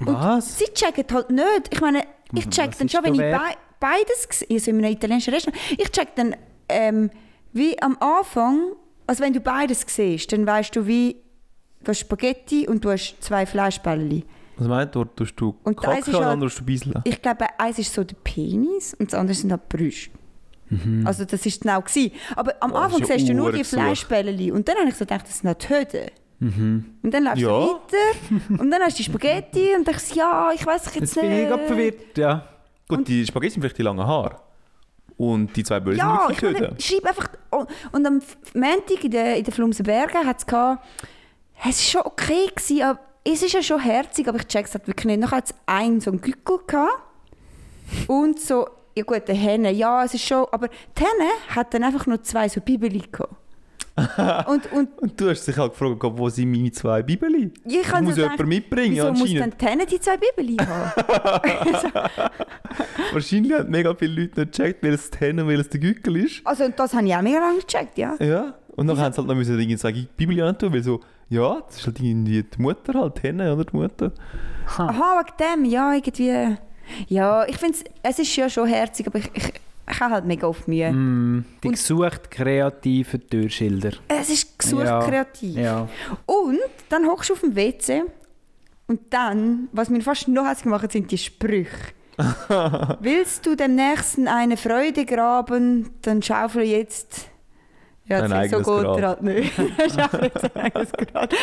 B: Was? Hm,
C: Sie checken halt nicht. Ich meine, ich check
B: was
C: dann
B: ist
C: schon, wenn
B: da
C: ich
B: wer?
C: bei, beides sehe, so in einem italienischen Restaurant, ich check dann, ähm, wie am Anfang, also wenn du beides siehst, dann weißt du, wie, du hast Spaghetti und du hast zwei Fleischbällchen.
A: Was meinst du, dort tust du
C: Und
A: Kacke
C: eins
A: und
C: ist halt-
A: anders tust du Beiseln?
C: Ich glaube, eins ist so der Penis und das andere sind halt die Brüste. Also das war genau. Gewesen. Aber am
A: das
C: Anfang
A: ist ja
C: siehst du nur die
A: Uhrengesuch.
C: Fleischbällchen und dann habe ich so gedacht, das sind halt die Höden. Und dann läufst
A: Ja.
C: du weiter und dann hast du die Spaghetti und denkst, ja, ich weiß jetzt,
B: Jetzt
C: nicht.
B: bin ich gerade verwirrt, ja.
A: Gut, die Spaghetti sind vielleicht die langen Haare. Und die zwei Bösen
C: Ja,
A: sind
C: ich
A: wirklich
C: meine,
A: Töten.
C: schreib einfach... Oh, und am F- Montag in den, in den Flumsenbergen hat es gehabt, es war schon okay, gewesen, aber es ist ja schon herzig, aber ich check's halt wirklich nicht. Dann hat es einen so einen Gückel gehabt und so, ja gut, eine Henne, ja, es ist schon, aber die Henne hat dann einfach nur zwei so Bibeli gehabt. und, und
A: Und du hast dich halt gefragt, wo sind meine zwei Bibeli?
C: ich
A: Ich
C: habe
A: muss
C: so
A: jemand
C: gedacht,
A: mitbringen,
C: Wieso muss
A: anscheinend.
C: dann die Henne die zwei Bibeli haben?
A: Wahrscheinlich haben mega viele Leute nicht gecheckt, weil es die Henne, weil es der Gückel ist.
C: also und das habe ich auch mega lange gecheckt, ja.
A: Ja, und dann haben sie halt noch müssen irgendwie sagen, ich Bibel antun, weil so, ja, das ist halt irgendwie die Mutter halt, die Henne oder die Mutter.
C: Aha, wegen dem, ja, irgendwie. Ja, ich finde es ist ja schon herzig, aber ich, ich, ich habe halt mega oft Mühe.
B: Mm, die
C: Und-
B: gesucht kreativen Türschilder.
C: Es ist gesucht
B: Ja,
C: kreativ.
B: Ja.
C: Und dann hockst du auf dem WC und dann, was mir fast noch hässlich gemacht hat, sind die Sprüche.
A: [LAUGHS]
C: Willst du dem Nächsten eine Freude graben, dann schaufel jetzt... Ja,
A: Dein
C: das ist so
A: eigenes
C: gut
A: Grab.
C: gerade [LAUGHS] nicht. Schaufel jetzt dein eigenes Grab.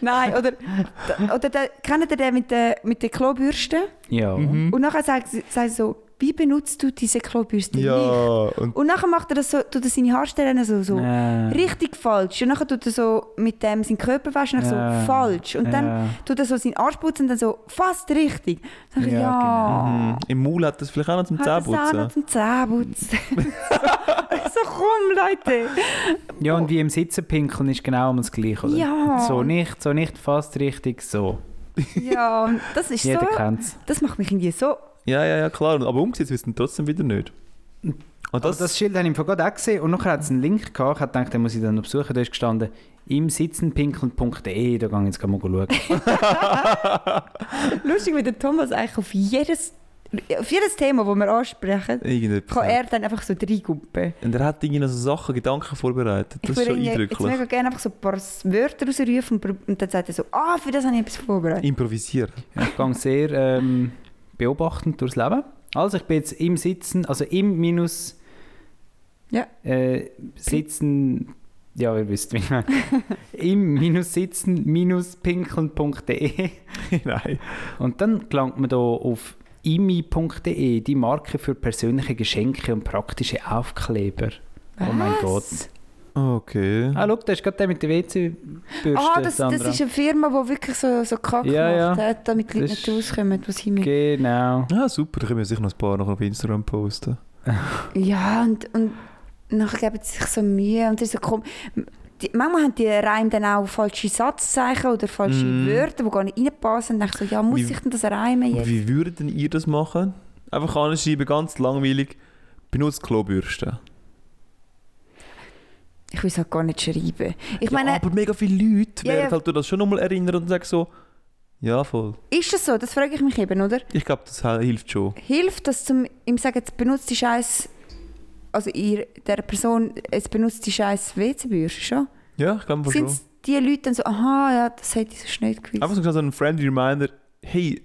C: Nein, oder, oder der, kennt ihr den mit den, mit den Klobürsten?
B: ja.
C: Und nachher sagt sie, sagt sie so, wie benutzt du diese Klobürste nicht?
A: Ja, und
C: Und nachher macht er das so, tut er seine Haarstellen so, so
B: Äh.
C: richtig falsch. Und nachher tut er so mit dem seinen Körper waschen,
B: Ja.
C: so falsch. Und
B: Ja.
C: dann tut er so seinen Arsch putzen und dann so fast richtig. Dann sag ich,
B: Ja, genau. Mhm.
C: ja,
A: mh, Mhm. im Maul hat das vielleicht auch noch zum
C: Oh. hat das auch noch
A: Zähneputzen.
C: zum Zähneputzen. [LAUGHS] so, so komm, Leute.
B: ja, und wie im Sitzen pinkeln ist genau das Gleiche, oder?
C: Ja.
B: So nicht, so nicht, fast richtig, so.
C: Ja, und das ist
B: Jeder
C: so,
B: kennt es.
C: das macht mich irgendwie so...
A: Ja, ja, ja, klar, aber umgesetzt wissen trotzdem wieder nicht. Und
B: Das,
A: das,
B: das Schild habe ich im Fall gerade auch gesehen und nachher hat es einen Link gehabt. Ich habe gedacht, den muss ich dann noch besuchen. Da ist gestanden, im sitzenpinkeln.de, da gehe ich jetzt gerade mal schauen.
C: Lustig, wie der Thomas eigentlich auf jedes, auf jedes Thema, das wir ansprechen, kann
A: irgendetwas.
C: er dann einfach so reingumpen.
A: Und er hat irgendwie noch so Sachen, Gedanken vorbereitet.
C: Ich
A: Das ist
C: würde
A: schon
C: irgendwie jetzt
A: eindrücklich.
C: mega gerne einfach so ein paar Wörter rausrufen und, prob- und dann sagt er so, ah, für das habe ich etwas vorbereitet.
A: Improvisieren.
B: Ich gehe sehr ähm, beobachtend durchs Leben. Also ich bin jetzt im Sitzen, also im Minus
C: Ja.
B: äh, Sitzen, ja ihr wisst wie ich
C: [LAUGHS]
B: meine. im Minus
C: [LAUGHS]
B: Sitzen minus pinkeln.de
A: Nein.
B: und dann gelangt man da auf imi.de, die Marke für persönliche Geschenke und praktische Aufkleber. Oh mein Gott.
C: Was?
A: Okay.
B: Ah, schau, da ist gerade der mit der WC-Bürste,
C: Ah, das, das
B: Sandra.
C: ist eine Firma, die wirklich so, so Kacke
B: Ja, ja.
C: macht, hat, damit die Leute
B: Das
C: nicht rauskommen, was sie mit.
B: Genau.
A: Ah, super, da können wir sicher noch ein paar noch auf Instagram posten.
C: Ja, und, und nachher geben sie sich so Mühe und das ist so komisch. Die, manchmal haben die Reim dann auch falsche Satzzeichen oder falsche
A: Mm.
B: Mhm.
C: Wörter, die gar nicht reinpassen. Und dann denke ich so, ja, muss
A: Wie-
C: ich denn das reimen
A: Und
C: jetzt?
A: wie würdet denn ihr das machen? Einfach anschreiben, ganz langweilig. Benutzt Klobürste.
C: Ich will es halt gar nicht schreiben. Ich
A: ja,
C: meine,
A: aber mega viele Leute
C: Ja,
A: werden
C: ja.
A: halt durch das schon nochmal erinnern und sagen so, ja voll.
C: ist das so? Das frage ich mich eben, oder?
A: Ich glaube, das he- hilft schon.
C: Hilft das zum ihm sagen, jetzt benutzt die Scheiß, also ihr, der Person, jetzt benutzt die Scheiß WC-Bürste schon?
A: Ja, ich glaube schon.
C: Sind die Leute dann so, aha, ja, das hätte ich sonst nicht gewusst.
A: Einfach so ein friendly Reminder, hey,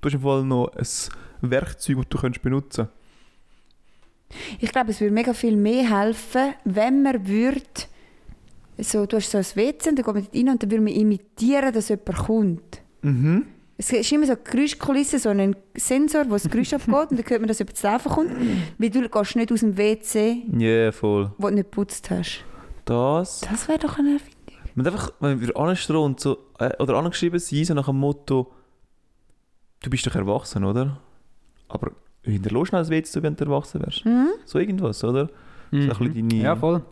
A: du hast im Fall noch ein Werkzeug, das du könntest benutzen
C: Ich glaube, es würde mega viel mehr helfen, wenn man würde, so, du hast so ein WC und dann geht man dort rein und dann würde man imitieren, dass jemand kommt.
A: Mhm.
C: Es ist immer so eine Geräuschkulisse, so ein Sensor, wo das Geräusch abgeht und dann hört man, dass jemand zu laufen kommt, weil du gehst nicht aus dem WC,
A: Ja, voll.
C: wo du nicht geputzt hast.
A: Das.
C: Das wäre doch eine Erfindung.
A: Man darf einfach, wenn wir anstehen und so, äh, oder angeschrieben sein, so nach dem Motto, du bist doch erwachsen, oder? Aber hinterlässt noch ein WC, wenn du erwachsen wärst.
C: Hm?
A: So irgendwas, oder?
B: Mhm.
A: ein bisschen deine-
B: Ja, voll.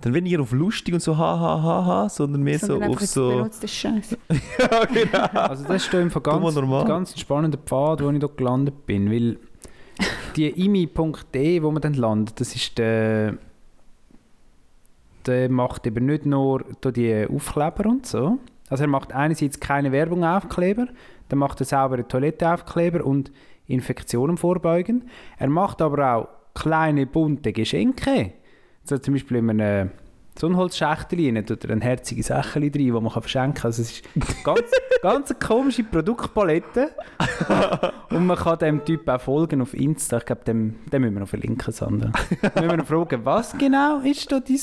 A: Dann weniger auf lustig und so ha ha ha ha, sondern mehr
C: Sondern
A: so
C: einfach,
A: auf [LAUGHS]
C: jetzt
A: so...
C: benutzt das Scheiß.
A: ja, genau.
B: Also das ist da einfach
A: Dumm
B: ganz,
A: und normal.
B: ganz ein spannender Pfad, wo ich da gelandet bin, weil die imi.de, wo man dann landet, das ist der, der macht eben nicht nur da die Aufkleber und so. Also er macht einerseits keine Werbung Aufkleber, dann macht er saubere Toilettenaufkleber und Infektionen vorbeugen. Er macht aber auch kleine bunte Geschenke. So zum Beispiel in einem Sonnenholzschächtchen rein oder ein herziges Säckchen drin, das man kann verschenken kann. Also es ist ganz, ganz eine komische Produktpalette. Und man kann dem Typ auch folgen auf Insta. Ich glaube, dem, dem müssen wir noch verlinken, Sandra. müssen wir noch fragen, was genau ist da dein,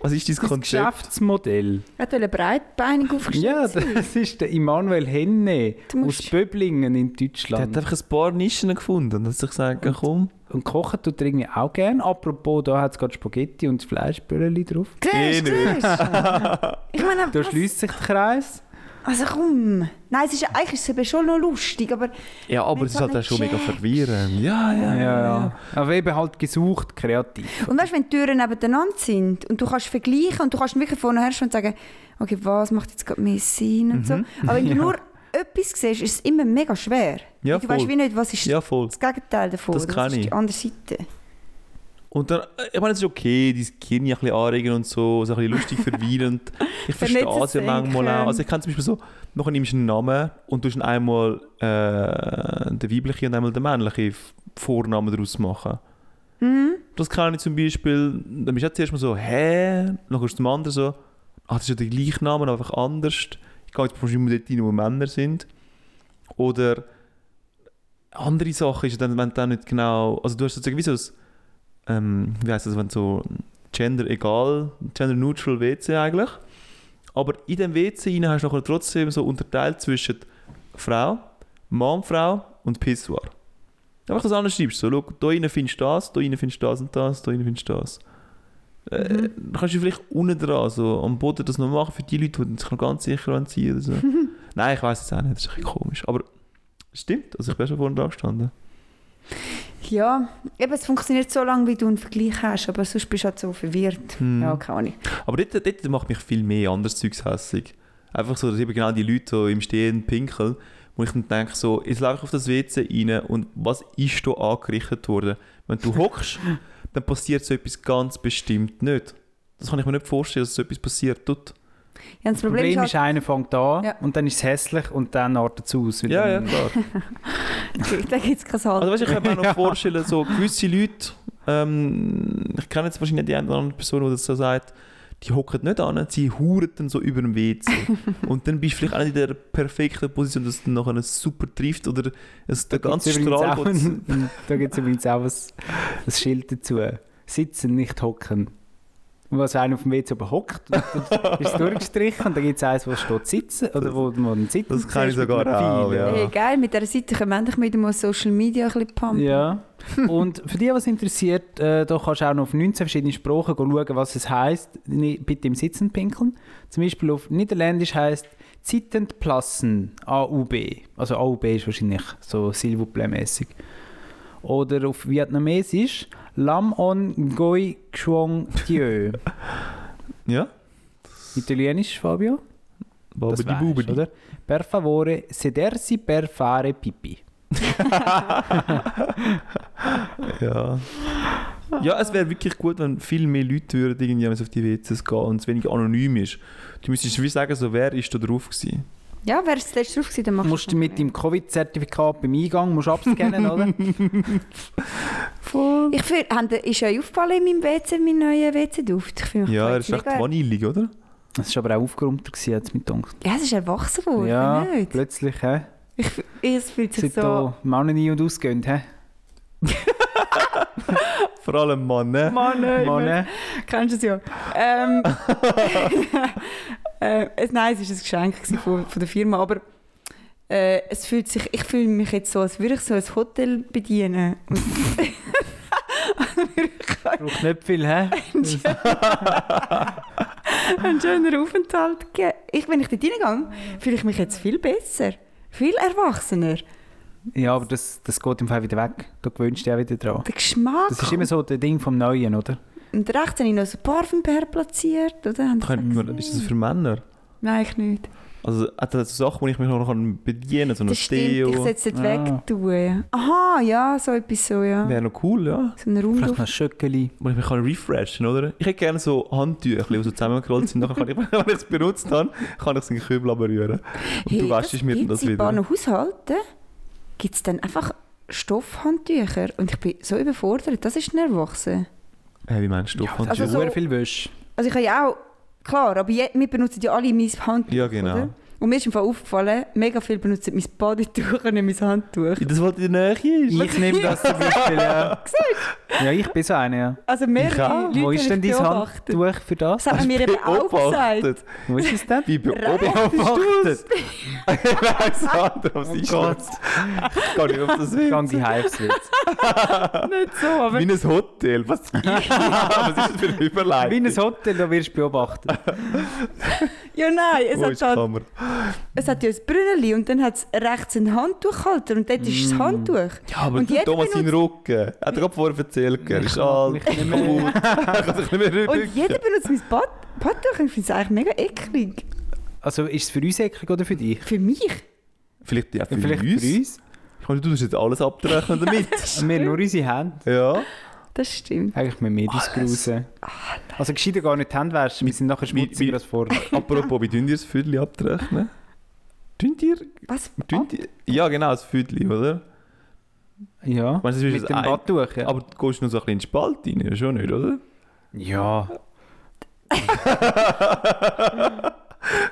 A: Was ist dein
B: dein
A: Konzept?
B: Geschäftsmodell?
C: Er hat eine breitbeinig aufgestellt.
B: Ja, das ist der Immanuel Henne
C: Du musst-
B: aus Böblingen in
A: Der hat
B: Deutschland.
A: einfach ein paar Nischen gefunden und hat sich gesagt, ja, komm.
B: Und kochen tut er irgendwie auch gerne. Apropos, da hat es gerade Spaghetti und Fleischböllchen drauf.
C: Siehst du,
A: Eh
C: siehst du?
A: [LAUGHS]
C: Ich meine,
B: Da
C: was-
B: schließt sich der Kreis.
C: Also komm. Nein, es ist, eigentlich ist es eben schon noch lustig, aber
A: Ja, aber
C: Mit
A: es
C: so
A: ist halt
C: einem
A: auch schon mega
C: Jack.
A: verwirrend. Ja, ja, ja. ja.
B: Aber eben halt gesucht, kreativ.
C: Und weißt du, wenn die Türen nebeneinander sind und du kannst vergleichen und du kannst wirklich vorne her schon sagen, okay, was macht jetzt gerade mehr Sinn und so.
A: Mhm. [LAUGHS]
C: Aber wenn du nur etwas siehst, ist es immer mega schwer.
A: Ja,
C: Weil du weißt
A: voll.
C: wie nicht, was ist
A: Ja, voll.
C: das Gegenteil davon.
A: Das
C: oder
A: kann
C: was
A: ich.
C: ist die andere Seite.
A: Und dann, äh, ich meine, es ist okay, dein Kind ein bisschen anregen und so, so ein bisschen lustig verwirrend. Ich verstehe es
C: Vernetztes
A: ja manchmal
C: Denken.
A: auch. Also ich kann zum Beispiel so, nachher nimmst du einen Namen und du einmal äh, den weiblichen und einmal den männlichen F- Vornamen daraus machen. Das kann ich zum Beispiel, dann bist du auch zuerst mal so, hä? Dann kommst du zum anderen so, ah, das ist ja der gleiche Name, aber einfach anders. Ich gehe jetzt wahrscheinlich dort rein, wo Männer sind. Oder andere Sachen ist ja dann, wenn du dann nicht genau, also du hast sozusagen wie so ein, ähm, wie heisst das, wenn so gender egal, gender neutral WC eigentlich. Aber in dem WC rein hast du nachher trotzdem so unterteilt zwischen Frau, Mann, Frau und Pissoir. Einfach das anschreibst, so, schau, da rein findest du das, da rein findest du das und das, da rein findest du das. Äh, dann kannst du vielleicht unten dran, so am Boden das noch machen für die Leute, die sich noch ganz sicher anziehen oder so. Nein, ich weiß es auch nicht, das ist ein bisschen komisch. Aber stimmt, also ich wäre schon vorne dran gestanden.
C: Ja, eben, es funktioniert so lange, wie du einen Vergleich hast, aber sonst bist du halt so verwirrt.
A: Hm.
C: Ja, keine Ahnung.
A: Aber dort, dort macht mich viel mehr anderes Zeugs hässig. Einfach so, dass eben genau die Leute die im Stehen pinkeln, wo ich dann denke, so, jetzt laufe ich auf das WC rein und was ist da angerichtet worden? Wenn du hockst, dann passiert so etwas ganz bestimmt nicht. Das kann ich mir nicht vorstellen, dass so etwas passiert tut.
C: Ja, das
B: Das Problem, ist,
C: halt,
B: einer fängt an
C: Ja.
B: und dann ist es hässlich und dann artet es aus. weil dann-
A: klar.
C: [LAUGHS] da gibt es kein Halt.
A: Also weißt, ich
B: [LAUGHS]
A: kann mir auch noch vorstellen, so gewisse Leute, ähm, ich kenne jetzt wahrscheinlich die eine oder andere Person, die das so sagt, die hocken nicht an, sie huren dann so über
B: [LAUGHS]
A: dem WC. und dann bist du vielleicht auch nicht in der perfekten Position, dass du nachher super trifft oder es, der
B: Da gibt's
A: ganze
B: übrigens
A: Strahl
B: auch
A: geht zu-
B: ein- Da gibt es übrigens auch ein, ein Schild dazu. Sitzen, nicht hocken. wo es einer auf dem WC oben hockt, und dann
A: [LAUGHS]
B: ist es durchgestrichen und dann gibt es eins, wo es steht sitzen oder wo man einen Sitz
A: das kann ich
B: siehst mit
A: sogar
B: einem Pfeil.
A: auch, ja.
C: Hey, geil, mit dieser Seite können wir endlich mit dem Social Media ein bisschen pumpen.
B: Ja. Und für die, was interessiert, äh, da kannst du auch noch auf 19 verschiedene Sprachen go schauen, was es heisst, ni- bitte im Sitzen pinkeln. Zum Beispiel auf Niederländisch heisst zittend plassen, AUB. Also AUB ist wahrscheinlich so Silvuple-mäßig. Oder auf Vietnamesisch Lam on goi chuong
A: [LAUGHS]
B: tieu.
A: Ja?
B: Italienisch, Fabio?
A: Babidi
B: weisst,
A: Bubidi.
B: oder? Per favore, sedersi per fare
A: [LAUGHS]
B: pipi.
A: Ja. Ja, es wäre wirklich gut, wenn viel mehr Leute würden irgendwie einmal auf die WCs gehen und es weniger anonym ist. Du müsstest wie sagen, so, wer ist da drauf gewesen?
C: Ja, wäre es letztes drauf gewesen, dann machst
B: musst du mit deinem Covid-Zertifikat beim Eingang musst abscannen, oder?
A: Voll.
C: Ich fühl, haben- ist euch aufgefallen in meinem WC, mein neuer WC-Duft? Ich fühl mich
A: Ja, er ist recht
C: plötzlich geil.
A: vanillig, oder?
B: Das war aber auch aufgeräumter, gewesen, hat's mir gedacht.
C: Ja, es ist erwachsen geworden,
B: Ja,
C: nicht?
B: plötzlich, hä?
C: Ich, fühl- es fühlt sich
B: Seit
C: so...
B: da Männer ein- und ausgehen, hä?
A: Vor allem Mann, ne?
C: Mann, ey,
B: Männer.
C: Kennst du es ja?
B: [LAUGHS]
C: Ähm, äh, es- nein, es war ein Geschenk gewesen von, von der Firma, aber äh, es fühlt sich, ich fühle mich jetzt so, als würde ich so ein Hotel
B: [LAUGHS]
C: bedienen. [LAUGHS] Also,
B: Braucht nicht viel, hä?
C: [LAUGHS] Ein schöner Aufenthalt gegeben. Ich, wenn ich dort reingehe, fühle ich mich jetzt viel besser, viel erwachsener.
B: Ja, aber das, das geht im Fall wieder weg. Da gewöhnst du dich auch wieder dran.
C: Der Geschmack.
B: Das ist immer so das Ding vom Neuen, oder?
C: Und rechts habe ich noch so ein Parfüm platziert, oder? Haben Sie
A: Könnte
C: das
A: man- Ist das
C: gesehen?
A: für Männer?
C: Nein, ich nicht.
A: Also, hat das so Sachen, die ich mich noch kann bedienen kann? So ein
C: das stimmt, ich
A: Deo.
C: sollte es nicht
B: Ah.
C: wegtun. Aha, ja, so etwas so, ja.
A: Wäre noch cool, ja.
C: So ein
B: Vielleicht noch
C: Raumduft.
B: ein Schöckeli.
A: Wo ich mich kann refreshen oder? Ich hätte gerne so Handtücher, die so zusammengerollt sind. Nachher kann ich, [LAUGHS] wenn ich es benutzt habe, kann ich es in den Kübel berühren. Und du wäschst mir
C: gibt's
A: das
C: in
A: wieder.
C: paar Haushalten gibt es dann einfach Stoffhandtücher. Und ich bin so überfordert, das ist nervös.
A: Hey, wie meinst du
B: Also
A: Stoffhandtücher?
C: so-
B: sehr viel Wäsche.
C: Also ich habe ja auch, klar, aber je, wir benutzen ja alle mein Handtuch.
A: ja, genau.
C: oder? Und mir ist im Fall aufgefallen, mega viel benutzen mein Badetuch und nicht mein Handtuch.
A: Ja, Das, was in der Nähe ist.
B: Ich nehme das zum Beispiel, ja. Ja, ich bin so einer, ja.
C: Also
A: Ich auch.
C: mehrere Leute
B: Wo
C: habe
B: ist denn
C: ich
B: dein
C: beobachtet.
B: Handtuch für das?
C: Das hat man mir eben auch gesagt.
A: Beobachtet.
B: Wo ist es denn?
A: Wie beobachtet. [LAUGHS] Ich
C: [LAUGHS]
A: weiß nicht,
C: Oh
A: ob sie kommt. Ich kann nicht auf das
B: Ich
A: hin.
B: gehe die Hives jetzt.
C: Nicht so, aber
A: Wie ein Hotel.
C: [LAUGHS]
A: Was, was ist das für eine
B: Wie
A: Überleitung?
B: in ein Hotel, da wirst du beobachtet.
C: Ja, nein, es
A: Wo
C: hat,
A: ist die
C: halt,
A: Kammer?
C: es hat ja ein Brünneli und dann hat es rechts einen Handtuchhalter und dort ist das Handtuch.
A: Mm. Ja, aber
C: Und jeder
A: Thomas seinen Rücken. Er hat gerade vorher erzählt, er ist alt,
B: mich nicht mehr.
A: kaputt, er kann sich nicht mehr
C: [LAUGHS] Und
A: rücken.
C: jeder benutzt mein Bad Badtuch und ich finde es eigentlich mega eklig.
B: Also ist es für uns eklig oder für dich?
C: Für mich.
A: Vielleicht ja, für
B: Ja, vielleicht
A: uns.
B: für uns?
A: Ich meine, du tust jetzt alles abrechnen damit.
C: [LAUGHS]
B: Wir nur unsere Hände.
A: ja.
C: Das stimmt.
B: Eigentlich mit mir grusen. Also gescheiter gar nicht die Hände waschen, wir sind nachher
A: Mit- mit-
B: schmutziger als vorher.
A: Apropos, wie tun ihr das Füdli abrechnen? Tun ihr,
C: Was?
A: tun ihr? Ja, genau, das Füdli, oder?
B: Ja,
A: Meinst du, das ist
B: mit dem
A: ein-
B: Badtuch. Ja.
A: Aber du gehst nur so ein bisschen in den Spalt rein, ja, schon nicht, oder?
B: ja. [LAUGHS]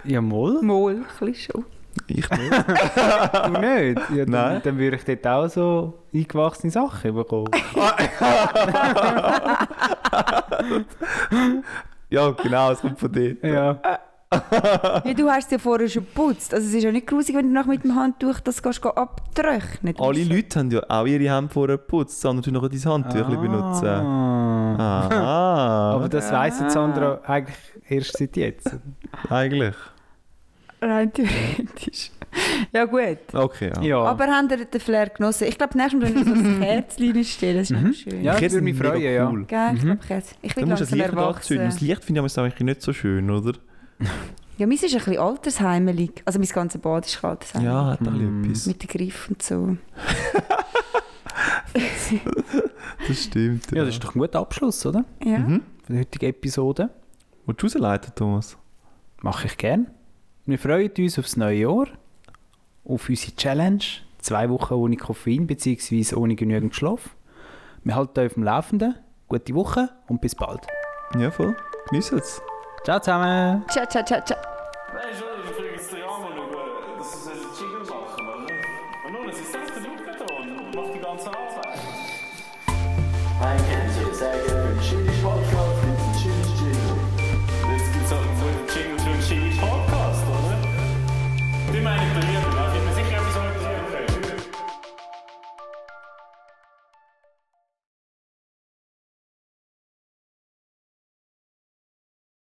B: Jawohl.
C: Mal, ein bisschen schon.
A: Ich
B: [LAUGHS]
A: nicht.
B: Du nicht? Ja, dann,
A: Nein.
B: dann würde ich dort auch so eingewachsene Sachen bekommen.
A: ja, genau, es kommt von
B: [LAUGHS]
A: dort.
B: ja.
C: Ja, du hast es ja vorher schon geputzt. Also es ist ja nicht grusig, wenn du nachher mit dem Handtuch das gehst, geh abtröchnen.
A: Alle Leute haben ja auch ihre Hände vorher geputzt, sondern du noch dein
B: [LAUGHS]
A: Handtüchli benutzen.
B: Ah.
A: Aha,
B: Aber das weiss jetzt Sandra eigentlich erst seit jetzt.
A: eigentlich.
C: Rein theoretisch. Ja gut.
A: Okay, ja.
B: Ja.
C: Aber haben ihr den Flair genossen? Ich glaube, nächstes Mal müssen
A: [LAUGHS]
C: wir so ein Kerzchen reinstellen. Das ist
B: Mhm.
C: mhm. schön.
B: Ja, das
A: Ich hätte
B: würde mich
A: mega
B: freuen, ja.
C: Gell? Ich
B: Mhm.
C: glaube, Kerzen. Ich
A: Dann
C: bin
A: musst du das
C: langsam
A: Licht noch anzünden.
C: erwachsen.
A: Das Licht finde ich aber eigentlich nicht so schön, oder?
C: Ja, meins ist ein bisschen altersheimelig. Also mein ganzes Bad ist altersheimelig.
A: Ja, hat ein
B: Mm.
A: bisschen etwas.
C: Mit den Griff
A: [LAUGHS]
C: und so. [LAUGHS]
A: Das stimmt.
B: ja, das ist doch ein guter Abschluss, oder?
C: Ja.
A: Mhm.
B: Von der heutigen Episode.
A: Willst du rausleiten, Thomas?
B: Mache ich gern. Wir freuen uns aufs neue Jahr, auf unsere Challenge. Zwei Wochen ohne Koffein bzw. ohne genügend Schlaf. Wir halten euch auf dem Laufenden. Gute Woche und bis bald.
A: Ja, voll. Genieß es.
B: Ciao zusammen!
C: Ciao, ciao, ciao, ciao.
D: eh,